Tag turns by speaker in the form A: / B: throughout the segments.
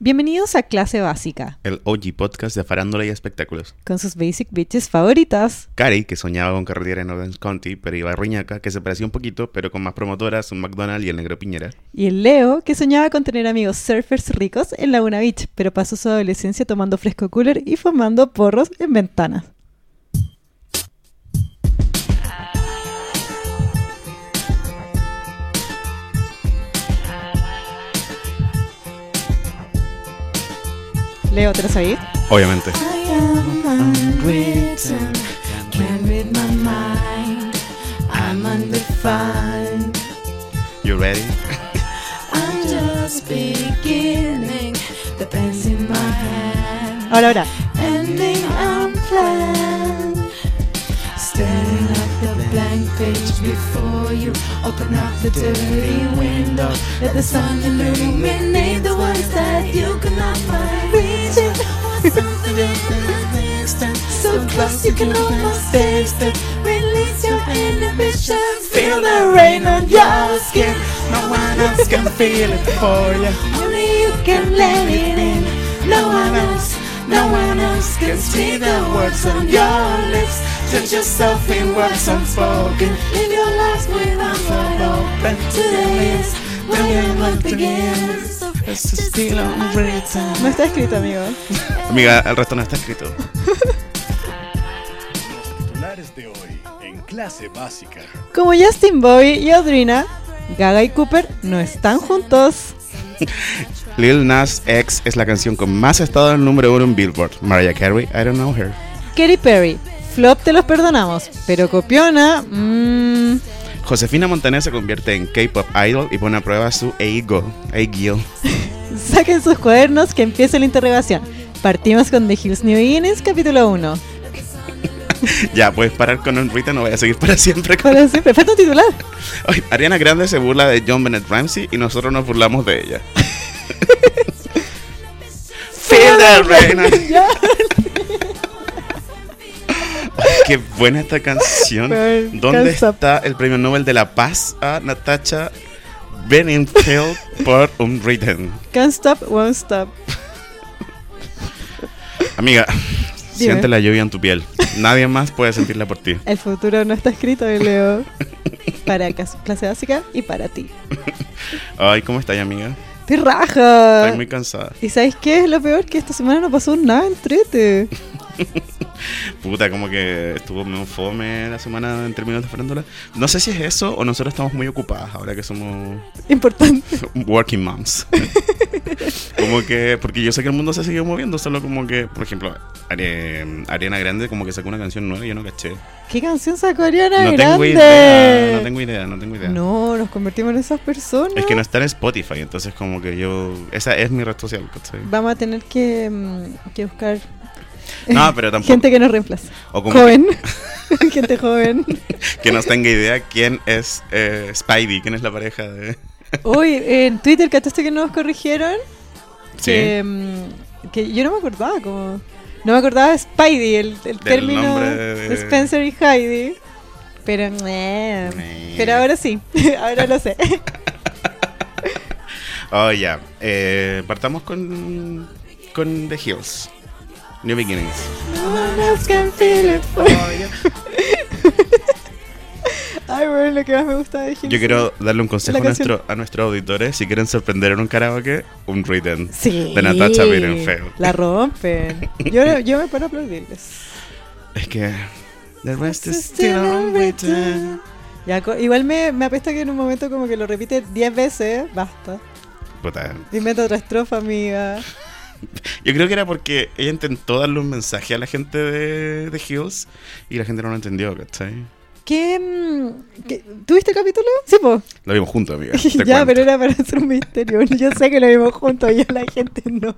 A: Bienvenidos a Clase Básica,
B: el OG podcast de farándula y espectáculos.
A: con sus basic bitches favoritas.
B: Cari, que soñaba con carretera en Orange County, pero iba a Ruñaca, que se parecía un poquito, pero con más promotoras, un McDonald's y el Negro Piñera.
A: Y el Leo, que soñaba con tener amigos surfers ricos en Laguna Beach, pero pasó su adolescencia tomando fresco cooler y fumando porros en ventanas. Leo, ¿te lo sabí?
B: Obviamente.
C: I am unwritten, can't read my mind. I'm undefined.
B: You ready?
C: I'm just beginning. The pen's in my hand,
A: Ahora, ahora.
C: ending unplanned. Staring at the blank page before you. Open up the dirty window. Let the sun illuminate the ones that you cannot find. Reaching for something in the distance. So close you can almost taste it. Release your inhibitions. Feel the rain on your skin. No one else can feel it for you. Only you can let it in. No one else. No one else can see the words on your lips. Touch yourself in words unspoken. Live your lives with arms wide open. Today is when your life begins. It's still unwritten.
A: No está escrito, amigo.
B: Amiga, el resto no está escrito.
D: Titulares de hoy en clase básica.
A: Como Justin Bowie y Audrina, Gaga y Cooper no están juntos.
B: Lil Nas X es la canción con más estado en el número uno en Billboard. Mariah Carey, I don't know her.
A: Katy Perry, flop te los perdonamos, pero copiona, mmm,
B: Josefina Montaner se convierte en K-pop idol y pone a prueba su ego. Ego.
A: saquen sus cuadernos que empieza la interrogación. Partimos con The Hills New Beginnings, capítulo 1.
B: Ya, puedes parar con Unwritten, no voy a seguir para siempre con
A: Para siempre, falta un titular.
B: Ay, Ariana Grande se burla de John Bennett Ramsey y nosotros nos burlamos de ella. Feel the rain.
A: Ya,
B: Qué buena esta canción.
A: Weón,
B: ¿Dónde
A: cansa.
B: está el premio Nobel de la Paz a Natasha Bedingfield por Unwritten?
A: Can't stop, won't stop.
B: Amiga, siente la lluvia en tu piel. Nadie más puede sentirla por ti.
A: El futuro no está escrito, eh, Leo. Para cas- clase básica y para ti.
B: Ay, ¿cómo estás, amiga?
A: ¡Te raja!
B: Estoy muy cansada.
A: ¿Y sabes qué es lo peor? Que esta semana no pasó nada entrete.
B: Puta, como que estuvo medio fome la semana en términos de farándula. No sé si es eso o nosotros estamos muy ocupadas ahora que somos
A: Importante.
B: working moms. como que, porque yo sé que el mundo se ha seguido moviendo, solo como que, por ejemplo, Ari- Ariana Grande como que sacó una canción nueva y yo no caché.
A: ¿Qué canción sacó Ariana
B: No
A: Grande?
B: tengo idea, no tengo idea, no tengo idea.
A: No, nos convertimos en esas personas.
B: Es que no está en Spotify, entonces como que yo, esa es mi red social, ¿cachai?
A: Vamos a tener que, mm, que buscar
B: No, pero tampoco.
A: gente que nos reemplace.
B: o como
A: Joven. gente joven.
B: Que, que no tenga idea quién es eh, Spidey, quién es la pareja de...
A: Uy, en Twitter, ¿cachaste que nos corrigieron?
B: Sí.
A: Que, mm, que yo no me acordaba como... No me acordaba de Spidey, el, el término
B: nombre
A: de...
B: de-
A: Spencer y Heidi. Pero... meh.
B: Meh.
A: Pero ahora sí, ahora lo sé.
B: Oh, ya. Eh, partamos con, con The Hills. New Beginnings.
A: No one else can feel it for you. Ay, bueno, lo que más me gusta de Hills.
B: Yo quiero darle un consejo
A: La
B: a,
A: canción.
B: nuestro, a nuestros auditores. Si quieren sorprender en un karaoke, un written.
A: Sí.
B: De Natasha Bedingfield.
A: La rompen. Yo, yo me paro a aplaudirles.
B: Es que. The rest is still unwritten.
A: Ya, co- igual me, me apesta que en un momento como que lo repite 10 veces. Basta.
B: Puta.
A: Inventa otra estrofa, amiga.
B: Yo creo que era porque ella intentó darle un mensaje a la gente de, de Hills y la gente no lo entendió, ¿cachai?
A: ¿Qué, mm, qué- ¿Tuviste el capítulo? Sí, po.
B: Lo vimos juntos, amiga. te
A: ya,
B: cuento.
A: pero era para hacer un misterio. Yo sé que lo vimos juntos y a la gente no.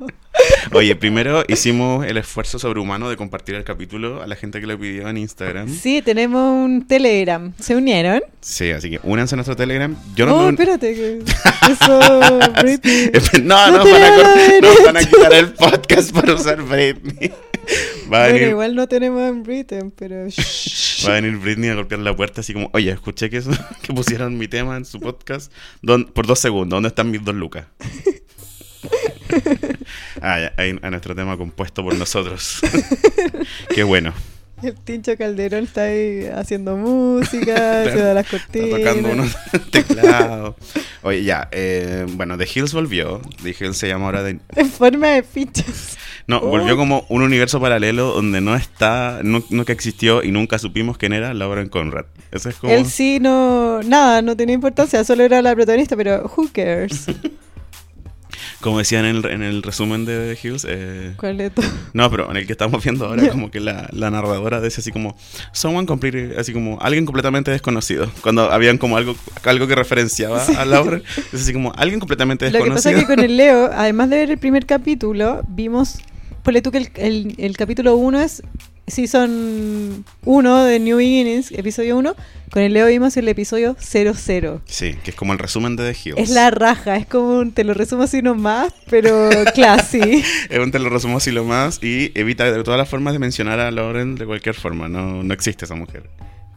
B: Oye, primero hicimos el esfuerzo sobrehumano de compartir el capítulo a la gente que lo pidió en Instagram.
A: Sí, tenemos un Telegram. ¿Se unieron?
B: Sí, así que únanse a nuestro Telegram. Yo
A: oh,
B: no me-
A: espérate. Que... Eso, Britney.
B: Espe- No,
A: No
B: no, van, a
A: tenemos
B: cort-
A: derecho.
B: nos van a quitar el podcast por usar Britney. Va a,
A: Bueno,
B: venir,
A: igual no tenemos en Britain, pero... shh.
B: va a venir Britney a golpear la puerta así como, oye, escuché que, eso- que pusieron mi tema en su podcast don- por dos segundos. ¿Dónde están mis dos lucas? Ah, ya, ahí- a nuestro tema compuesto por nosotros. Qué bueno.
A: El Tincho Calderón está ahí haciendo música, se da las
B: Está
A: cortinas.
B: tocando unos teclados. Oye, ya. eh, bueno, The Hills volvió. The Hills se llama ahora de...
A: En forma de fichas.
B: No, volvió como un universo paralelo donde no está, nu- nunca existió y nunca supimos quién era Lauren Conrad. Eso es como...
A: Él sí no. Nada, no tenía importancia, solo era la protagonista, pero who cares?
B: Como decían en el, en el resumen de The Hills, eh,
A: ¿Cuál es todo?
B: no, pero en el que estamos viendo ahora,
A: Ya.
B: como que la, la narradora decía así como, someone completely, así como, alguien completamente desconocido. Cuando habían como algo, algo que referenciaba a Laura, es así como, alguien completamente
A: Lo que pasa
B: desconocido.
A: es que con el Leo, además de ver el primer capítulo, vimos. Ponle tú que el, el- el capítulo 1 es Season 1 de New Beginnings, episodio 1. Con el Leo vimos el episodio 00.
B: Sí, que es como el resumen de The Hills.
A: Es la raja, es como un, te lo resumo así nomás, pero classy.
B: Es un te lo resumo así lo más y evita de todas las formas de mencionar a Lauren de cualquier forma. No, no existe esa mujer.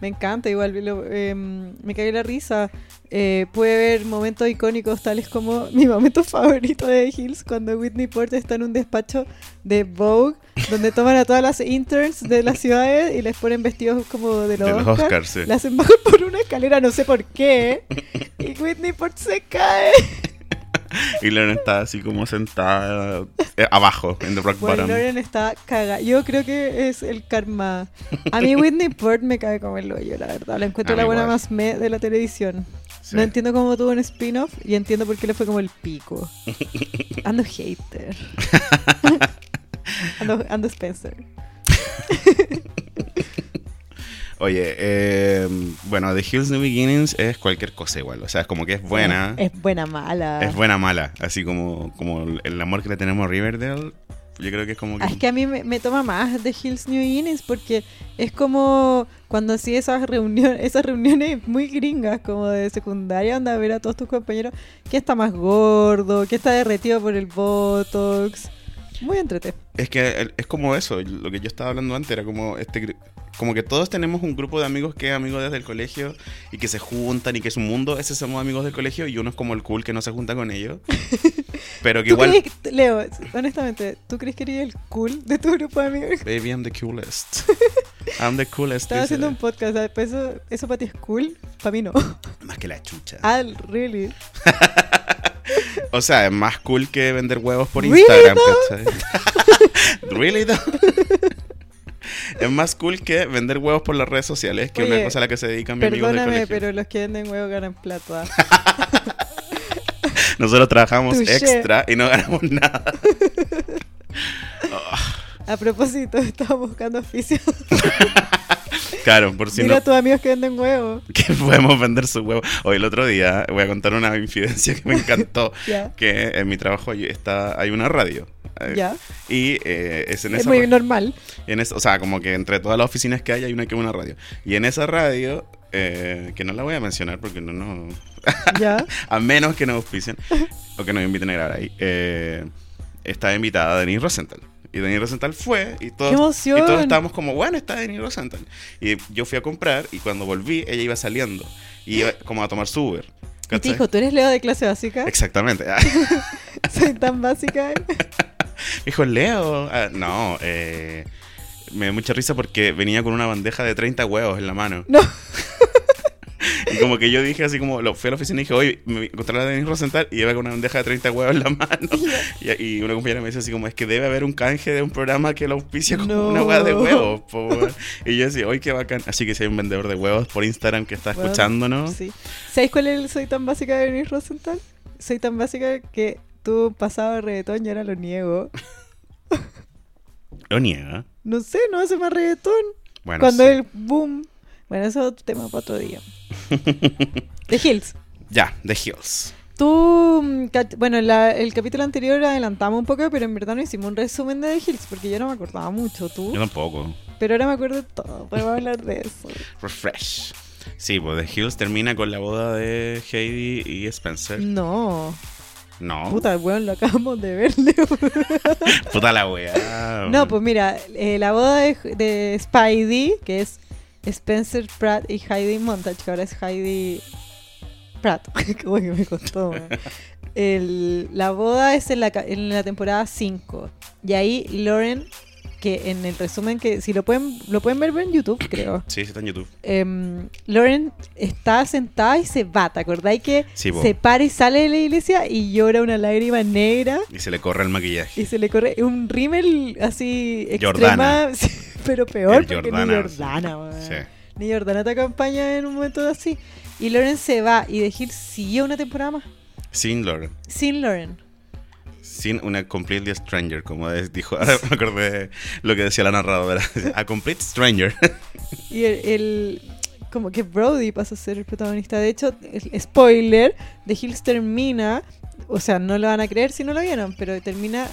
A: Me encanta, igual lo- em, me cagué la risa. Eh, pude ver momentos icónicos tales como mi momento favorito de Hills cuando Whitney Porter está en un despacho de Vogue donde toman a todas las interns de las ciudades y les ponen vestidos como de los,
B: de los
A: Oscars.
B: Oscars, sí.
A: Las embajan por una escalera, no sé por qué. Y Whitney Porter se cae.
B: Y Lauren está así como sentada eh, abajo, en The Rock
A: Bueno,
B: Bottom.
A: Lauren está caga. Yo creo que es el karma. A mí Whitney Port me cae como el hoyo, la verdad. La encuentro
B: A
A: la
B: mí
A: buena
B: igual.
A: más me de la televisión.
B: Sí.
A: No entiendo cómo tuvo un spin-off y entiendo por qué le fue como el pico. Ando hater. ando, ando Spencer.
B: Oye, eh, bueno, The Hills New Beginnings es cualquier cosa igual. O sea, es como que es buena.
A: Es buena mala.
B: Es buena mala. Así como, como el amor que le tenemos a Riverdale. Yo creo que es como que.
A: Ah, Es que a mí me, me toma más The Hills New Innings porque es como cuando hacía esas reuniones, esas reuniones muy gringas, como de secundaria, anda a ver a todos tus compañeros, que está más gordo, que está derretido por el Botox. Muy entrete.
B: Es que el- es como eso, lo que yo estaba hablando antes, era como este gru- como que todos tenemos un grupo de amigos que es amigo desde el colegio y que se juntan y que es un mundo, ese somos amigos del colegio y uno es como el cool que no se junta con ellos. Pero que
A: ¿Tú
B: igual
A: crees que- Leo, honestamente, ¿tú crees que eres el cool de tu grupo de amigos?
B: baby I'm the coolest. I'm the coolest.
A: Estaba
B: dice.
A: haciendo un podcast, ¿sabes? Pues eso, eso para ti es cool, para mí no.
B: más que la chucha.
A: Ah, really.
B: O sea, es más cool que vender huevos por
A: Really,
B: Instagram, ¿cachai? Really though? Es más cool que vender huevos por las redes sociales, que es una
A: Oye,
B: cosa a la que se dedican mis amigos del
A: Perdóname,
B: colegio.
A: pero los que venden huevo ganan plata.
B: Nosotros trabajamos
A: Touché.
B: extra y no ganamos nada.
A: A propósito, estaba buscando oficios.
B: Claro, por si
A: Mira a
B: no.
A: tus amigos que venden huevos.
B: Que podemos vender sus huevos. Hoy el otro día voy a contar una infidencia que me encantó.
A: Ya.
B: que en mi trabajo hay- está, hay una radio. eh,
A: Ya.
B: Y eh, es en
A: Es
B: esa
A: muy
B: ra-
A: normal.
B: en esa- O sea, como que entre todas las oficinas que hay hay una que es una radio. Y en esa radio, eh, que no la voy a mencionar porque no, no,
A: Ya.
B: A menos que nos auspicien o que nos inviten a grabar ahí. Eh, está invitada Denise Rosenthal. Y Denise Rosenthal fue y todos,
A: ¡Qué emoción!
B: y todos estábamos como, bueno, está Denise Rosenthal. Y yo fui a comprar y cuando volví ella iba saliendo. Y iba como a tomar su Uber.
A: Y te
B: ¿cachai?
A: dijo, ¿tú eres Leo de clase básica?
B: Exactamente.
A: Soy tan básica.
B: Dijo, Leo. Ah, no, eh, me dio mucha risa porque venía con una bandeja de 30 huevos en la mano.
A: No.
B: Y como que yo dije así como, lo, fui a la oficina y dije, oye, me encontré a Denis Rosenthal y lleva con una bandeja de 30 huevos en la mano. Y, y una compañera me dice así como, es que debe haber un canje de un programa que lo auspicia como
A: No.
B: una hueá de huevos. po, weón". Y yo decía, oye, qué bacán. Así que si hay un vendedor de huevos por Instagram que está
A: Bueno,
B: escuchándonos.
A: Sí. ¿Sabéis cuál es el soy tan básica de Denise Rosenthal? Soy tan básica que tu pasado de reggaetón y ahora lo niego.
B: Lo niega.
A: No sé, no hace más reggaetón.
B: Bueno,
A: Cuando
B: sí.
A: el boom. Bueno, eso es otro tema para otro día. The Hills.
B: Ya, The Hills.
A: Tú, mm, cach- bueno, la- el capítulo anterior adelantamos un poco, pero en verdad no hicimos un resumen de The Hills porque yo no me acordaba mucho, tú.
B: Yo tampoco.
A: Pero ahora me acuerdo de todo, podemos hablar de eso.
B: Refresh. Sí, pues The Hills termina con la boda de Heidi y Spencer.
A: No,
B: No. Puta,
A: puta, weón, lo acabamos de ver, Leo.
B: la wea.
A: No, pues mira, eh, la boda de, de Spidey, que es Spencer Pratt y Heidi Montage, que ahora es Heidi Pratt. Qué bueno que me costó, weón. el- la boda es en la, ca- en la temporada 5. Y ahí Lauren, que en el resumen que si lo pueden, lo pueden ver en YouTube, creo.
B: Sí, sí, está en YouTube.
A: em, Lauren está sentada y se va. ¿Te acordáis que
B: Sí, po.
A: se para y sale de la iglesia y llora una lágrima negra?
B: Y se le corre el maquillaje.
A: Y se le corre un rímel así extrema,
B: Jordana.
A: sí, pero peor
B: El
A: porque
B: Jordana,
A: ni Jordana, weón.
B: Sí.
A: ni Jordana te acompaña en un momento así. Y Lauren se va y The Hill siguió una temporada más
B: Sin Lauren.
A: sin Lauren.
B: Sin una completely stranger, como es- dijo. Ahora me acordé de lo que decía la narradora. A complete stranger.
A: Y el, el- como que Brody pasa a ser el protagonista. De hecho, el- spoiler, The Hills termina, o sea, no lo van a creer si no lo vieron, pero termina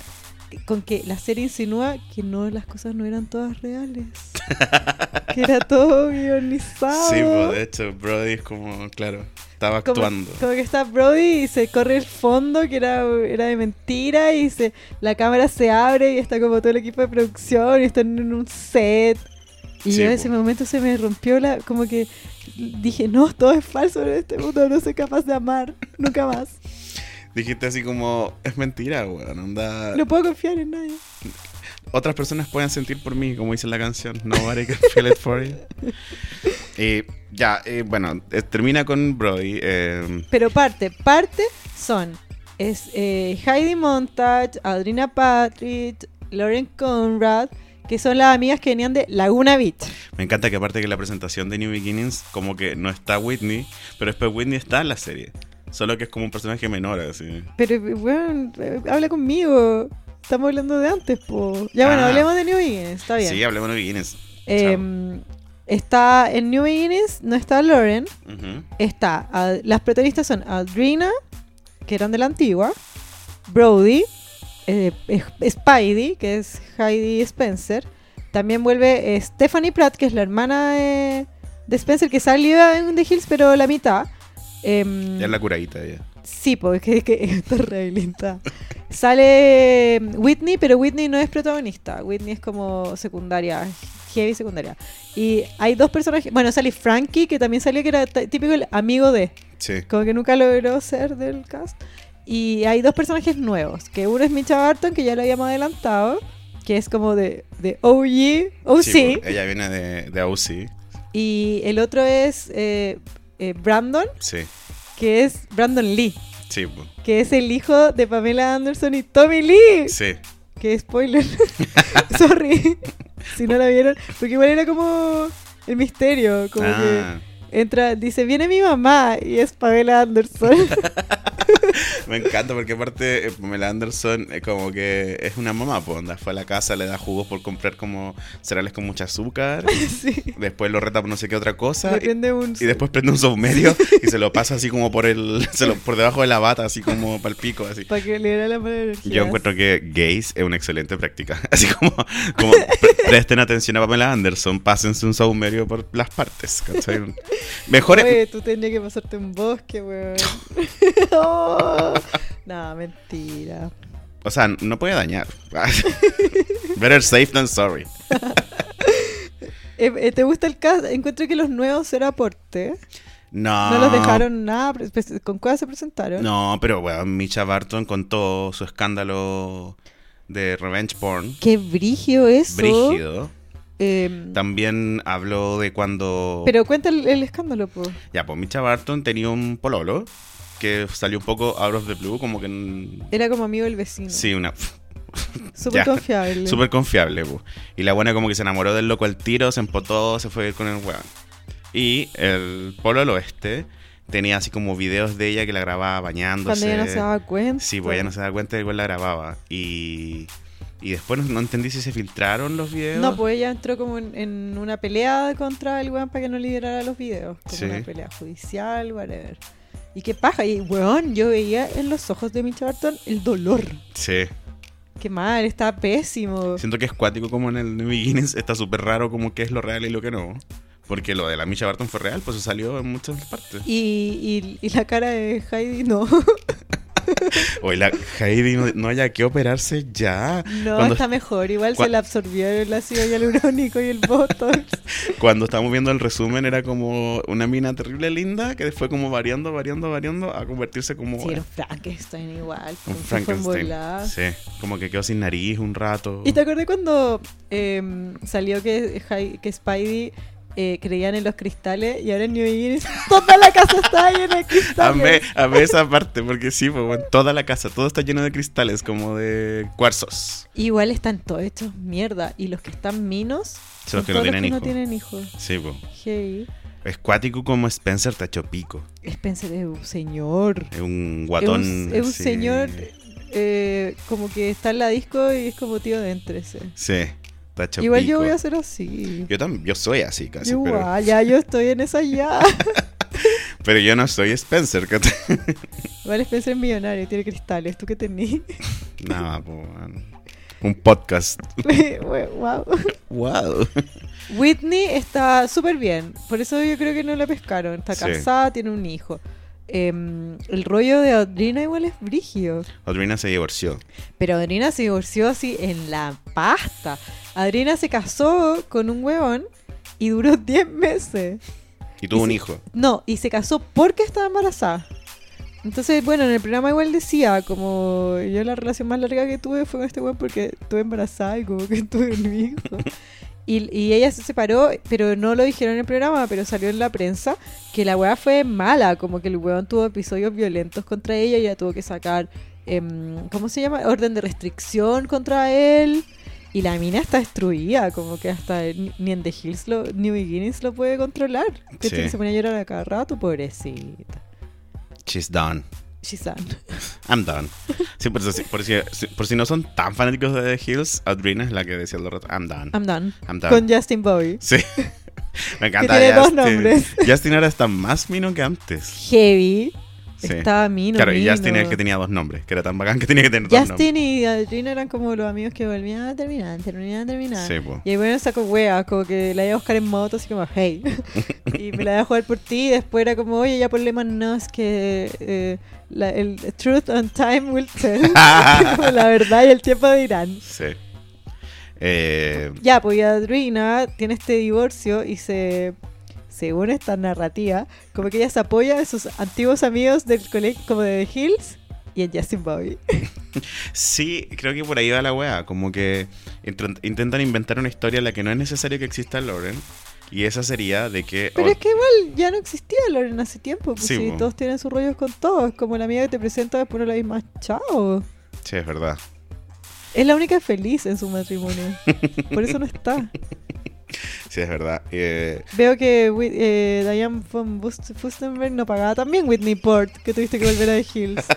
A: con que la serie insinúa que no las cosas no eran todas reales. que era todo guionizado.
B: Sí, pues, po, de hecho, Brody es como, claro, estaba
A: como,
B: actuando.
A: como que está Brody y se corre el fondo que era, era de mentira y se, la cámara se abre y está como todo el equipo de producción y están en un set. Y
B: Sí,
A: yo en
B: po.
A: ese momento se me rompió la... como que dije, no, todo es falso en este mundo, no soy capaz de amar, nunca más.
B: Dijiste así como, es mentira, weón. Onda...
A: No puedo confiar en nadie.
B: otras personas pueden sentir por mí, como dice la canción, Nobody can feel it for you. Eh, ya, eh, bueno, eh, termina con Brody. eh,
A: Pero parte, parte son es eh, Heidi Montage, Adrina Patrick, Lauren Conrad, que son las amigas que venían de Laguna Beach.
B: me encanta que aparte que la presentación de New Beginnings, como que no está Whitney, pero después Whitney está en la serie. Solo que es como un personaje menor, así.
A: Pero, bueno, habla conmigo. Estamos hablando de antes, po. Ya, bueno,
B: Ah.
A: hablemos de New Beginnings, está bien.
B: Sí, hablemos de New Beginnings.
A: Em, está en New Beginnings, no está Lauren. Mm.
B: Ujú.
A: Está, a- las protagonistas son Adrina, que eran de la antigua, Brody, eh, eh, Spidey, que es Heidi Spencer. También vuelve eh, Stephanie Pratt, que es la hermana de, de Spencer, que salió en The Hills, pero la mitad. Em,
B: Ya es la curadita ella.
A: Sí, porque es que está rehabilitada. Sale mm, Whitney, pero Whitney no es protagonista. Whitney es como secundaria, heavy secundaria. Y hay dos personajes. Bueno, sale Frankie, que también salió que era t- típico el amigo de.
B: Sí.
A: Como que nunca logró ser del cast. Y hay dos personajes nuevos. Que uno es Micha Barton, que ya lo habíamos adelantado. Que es como de, de OG, OC.
B: po, pues, Ella viene de, de AUC.
A: Y el otro es eh, eh, Brandon,
B: Sí.
A: que es Brandon Lee.
B: Sí, pues, po.
A: que es el hijo de Pamela Anderson y Tommy Lee.
B: sí.
A: Que spoiler. Sorry. si no la vieron. Porque igual era como el misterio. Como
B: Ah,
A: que entra, dice, viene mi mamá y es Pamela Anderson.
B: Me encanta porque aparte eh, Pamela Anderson eh, como que es una mamá, pues onda, fue a la casa, le da jugos por comprar como cereales con mucho azúcar,
A: sí.
B: después lo reta por no sé qué otra cosa
A: Le
B: y,
A: prende un...
B: y después prende un saumerio y se lo pasa así como por el se lo- por debajo de la bata, así como para el pico, así.
A: Para que le dé la mala energía.
B: Yo encuentro que gays es una excelente práctica. Así como, como pre- presten atención a Pamela Anderson, pásense un saumerio por las partes. ¿cachai? Mejor,
A: Oye, tú tenías que pasarte un bosque, weón. Oh. No, mentira.
B: O sea, no puede dañar. Better safe than sorry.
A: Eh, eh, ¿Te gusta el cast? Encuentro que los nuevos era aporte.
B: No.
A: No los dejaron nada. pre- pues, ¿Con cuál se presentaron?
B: No, pero bueno, Micha Barton contó su escándalo de revenge porn.
A: Qué brígido eso.
B: Brígido.
A: Em,
B: También habló de cuando.
A: pero cuenta el, el escándalo, po.
B: Ya, pues Micha Barton tenía un pololo que salió un poco out of the blue, como que. en-
A: Era como amigo del vecino.
B: Sí, una.
A: Súper
B: ya.
A: confiable.
B: Súper confiable, po. Y la buena como que se enamoró del loco al tiro, se empotó, se fue con el weón. Y el polo al oeste tenía así como videos de ella que la grababa bañándose.
A: Cuando ella no se daba cuenta.
B: Sí, pues ella no se daba cuenta, igual la grababa. Y, y después no, no entendí si se filtraron los videos.
A: No, pues ella entró como en, en una pelea contra el weón para que no liderara los videos. Como
B: Sí.
A: una pelea judicial, whatever. Y qué paja. Y weón, yo veía en los ojos de Mitch Barton el dolor.
B: Sí.
A: Qué mal, está pésimo.
B: Siento que es cuático como en el New Beginnings, está súper raro como qué es lo real y lo que no. Porque lo de la Micha Barton fue real, pues eso salió en muchas partes.
A: Y, y- y la cara de Heidi, no.
B: Oye, la Heidi no, no haya que operarse ya.
A: No,
B: cuando,
A: está mejor. Igual se
B: cuan-
A: le absorbieron el ácido hialurónico y el botox.
B: cuando estábamos viendo el resumen era como una mina terrible linda que fue como variando, variando, variando a convertirse como
A: Sí, los Frankenstein igual.
B: un
A: se fue en
B: Frankenstein.
A: volada.
B: Sí, como que quedó sin nariz un rato.
A: ¿Y te acordé cuando eh, salió que, Hy- que Spidey eh, creían en los cristales y ahora en New Year's toda la casa está llena de cristales?
B: Amé, amé esa parte, porque sí, pues, bueno, toda la casa, todo está lleno de cristales, como de cuarzos.
A: Igual están todos hechos mierda y los que están minos
B: Son los que no
A: todos los que
B: tienen hijos.
A: no tienen hijos.
B: Sí, pues.
A: Hey,
B: Es cuático como Spencer Tachopico.
A: Spencer es un señor.
B: Es un
A: Es
B: guatón.
A: un, es un
B: sí.
A: señor eh, como que está en la disco y es como tío de entrese.
B: Sí, Tachopico.
A: Igual yo voy a ser así.
B: Yo, tam- yo soy así casi,
A: Yo
B: pero,
A: igual, ya yo estoy en esa ya.
B: pero yo no soy Spencer. ¿cachai?
A: Vale, Spencer es millonario, tiene cristales. ¿Tú qué tenés?
B: Nada, po, weón. pues, un podcast.
A: wow.
B: Wow.
A: Whitney está súper bien, por eso yo creo que no la pescaron. Está
B: Sí.
A: casada, tiene un hijo. Em, el rollo de Audrina igual es brígido.
B: Audrina se divorció.
A: Pero Adrina se divorció así en la pasta. Adrina se casó con un huevón y duró 10 meses.
B: Y tuvo
A: Y
B: un
A: sí.
B: hijo.
A: No, y se casó porque estaba embarazada. Entonces, bueno, en el programa igual decía, como yo la relación más larga que tuve fue con este weón porque estuve embarazada y como que tuve un hijo. Y, y ella se separó, pero no lo dijeron en el programa, pero salió en la prensa que la weá fue mala, como que el weón tuvo episodios violentos contra ella y ella tuvo que sacar, em, ¿cómo se llama? Orden de restricción contra él. Y la mina está destruida, como que hasta ni ni en The Hills, lo, New Beginnings lo puede controlar. Que
B: Sí.
A: se pone a llorar a cada rato, pobrecita.
B: She's done.
A: Shizan.
B: I'm done. Sí, por, si, por si- por si no son tan fanáticos de The Hills, Audrina es la que decía el rato, I'm done.
A: I'm done.
B: I'm done.
A: Con Justin Bowie.
B: Sí. Me encanta.
A: Que tiene dos
B: Justin.
A: nombres.
B: Justin ahora está más mino que antes.
A: Heavy.
B: Sí.
A: Estaba mino.
B: claro, y
A: mino.
B: Justin es el que tenía dos nombres, que era tan bacán que tenía que tener dos nombres.
A: Justin y Adrina eran como los amigos que volvían a terminar, terminar, terminar.
B: Sí, po.
A: Y ahí bueno sacó wea, como que la iba a buscar en moto, así como, hey. y me la iba a jugar por ti. Y después era como, oye, ya ponle más nos que eh, la- el truth and time will tell. Como la verdad y el tiempo dirán.
B: Sí. Eh,
A: Ya, pues y Adrina tiene este divorcio y se. Según esta narrativa, como que ella se apoya en sus antiguos amigos del colegio, como de The Hills y en Justin Bobby.
B: sí, creo que por ahí va la wea. Como que intr- intentan inventar una historia en la que no es necesario que exista Lauren. Y esa sería de que.
A: Pero
B: oh,
A: es que igual ya no existía Loren hace tiempo, pues
B: Sí,
A: sí,
B: po.
A: todos tienen sus rollos con todos, como la amiga que te presenta después no la ves más, chao.
B: Sí, es verdad.
A: Es la única feliz en su matrimonio, por eso no está.
B: Sí, es verdad. Eh,
A: Veo que Whit- eh, Diane von Bust- Fustenberg no pagaba también Whitney Port, que tuviste que volver a The Hills.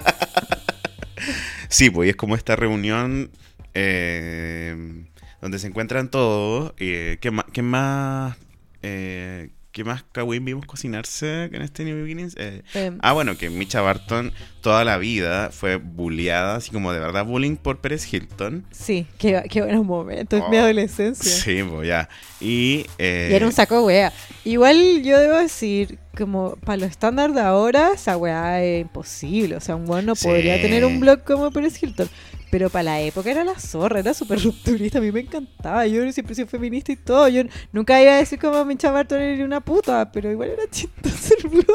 B: Sí, pues y es como esta reunión eh, donde se encuentran todos. Eh, ¿qué, ma- qué más? Eh, ¿Qué más Kawin vimos cocinarse en este New Beginnings? Eh,
A: Em,
B: ah, bueno, que Micha Barton toda la vida fue bulleada, así como de verdad bullying por Pérez Hilton.
A: sí, qué, qué buenos momentos,
B: Oh,
A: mi adolescencia.
B: Sí, pues ya. Y, eh,
A: Y era un saco wea. Igual yo debo decir, como para los estándares de ahora, esa wea es imposible. O sea, un weón no
B: Sí.
A: podría tener un blog como Pérez Hilton. Pero para la época era la zorra, era súper rupturista. A mí me encantaba. Yo siempre soy feminista y todo. Yo nunca iba a decir como mi chavartón era una puta, pero igual era chistoso el blog.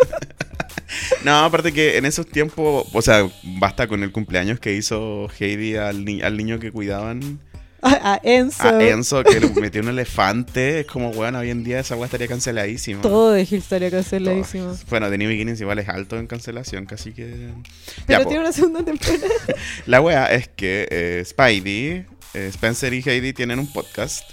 B: No, aparte que en esos tiempos, o sea, basta con el cumpleaños que hizo Heidi al, ni- al niño que cuidaban.
A: A, a Enzo.
B: a Enzo que le metió un elefante. Es como, bueno, hoy en día esa weá estaría canceladísima.
A: Todo de Hilton era canceladísimo.
B: Todo. Bueno, The New Beginnings igual es alto en cancelación, casi que. Ya,
A: Pero
B: po.
A: tiene una segunda temporada.
B: La weá es que eh, Spidey, eh, Spencer y Heidi tienen un podcast,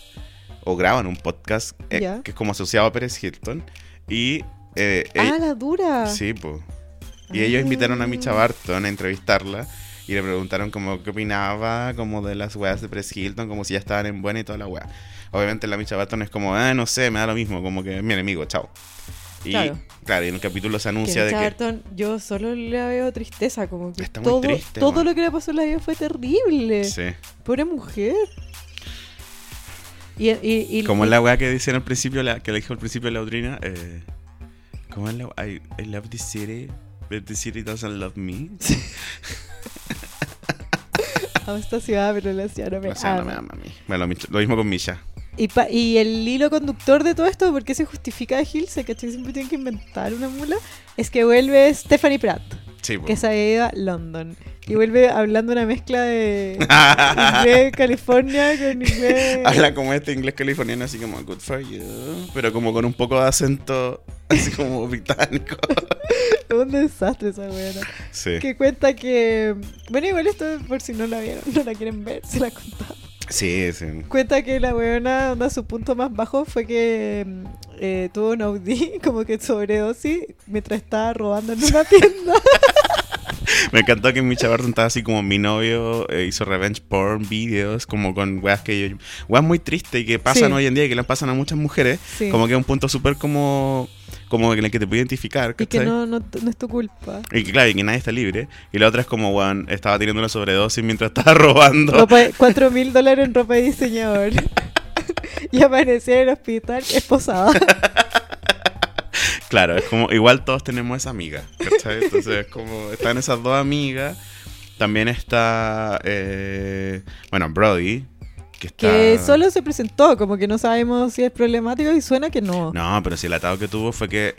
B: o graban un podcast, eh,
A: Ya.
B: que es como asociado a Pérez Hilton. Y. eh,
A: ah,
B: ell-
A: la dura.
B: Sí, po. Y
A: Ah.
B: ellos invitaron a Micha Barton a entrevistarla. Y le preguntaron como qué opinaba como de las weas de Press Hilton, como si ya estaban en buena y toda la wea. Obviamente la Micha Barton es como, ah, no sé, me da lo mismo, como que es mi enemigo, chao. Y claro,
A: Claro.
B: y en el capítulo
A: Que
B: se anuncia de
A: Richard
B: que...
A: Burton, yo solo le veo tristeza, como que
B: Está muy
A: todo,
B: triste,
A: todo
B: weón.
A: lo que le pasó en la vida fue terrible.
B: Sí.
A: Pobre mujer. Y, y, y-
B: Como
A: y-
B: es la wea que decían al principio, la, que le dijo al principio la Audrina, eh, ¿cómo es la I, I love this city, If the city doesn't love me,
A: Amo esta ciudad, pero la ciudad no me
B: la ciudad no
A: ama.
B: me ama a mí. Bueno, mi- lo mismo con Misha.
A: Y, pa- y el hilo conductor de todo esto, ¿por qué se justifica a Hills? Que siempre tienen que inventar una mula. Es que vuelve Stephanie Pratt,
B: Sí, po.
A: que se había ido a London. Y vuelve hablando una mezcla de inglés de California con inglés.
B: Habla como este inglés californiano, así como good for you, pero como con un poco de acento así como británico.
A: Un desastre esa weona.
B: Sí.
A: Que cuenta que. Bueno, igual esto por si no la vieron, no la quieren ver, se la contamos.
B: Sí, sí.
A: Cuenta que la weona, onda, su punto más bajo fue que mm, eh, tuvo un Audi, como que sobredosis, mientras estaba robando en una tienda.
B: Me encantó que Misha Barton estaba así como mi novio eh, hizo revenge porn videos, como con weas que yo. Weas muy tristes y que pasan
A: Sí.
B: hoy en día y que las pasan a muchas mujeres.
A: Sí.
B: Como que es un punto súper como. Como en el que te puede identificar.
A: Y que
B: ¿cachai?
A: no, no, no es tu culpa.
B: Y que claro, y que nadie está libre. Y la otra es como, weón, estaba teniendo una sobredosis mientras estaba robando.
A: Ropa, 4 mil dólares en ropa de diseñador. y apareció en el hospital esposada.
B: Claro, es como, igual todos tenemos esa amiga. ¿cachai? Entonces, es como, están esas dos amigas. También está, eh, bueno, Brody. Que está.
A: Que solo se presentó, como que no sabemos si es problemático y suena que no.
B: No, pero si el atado que tuvo fue que,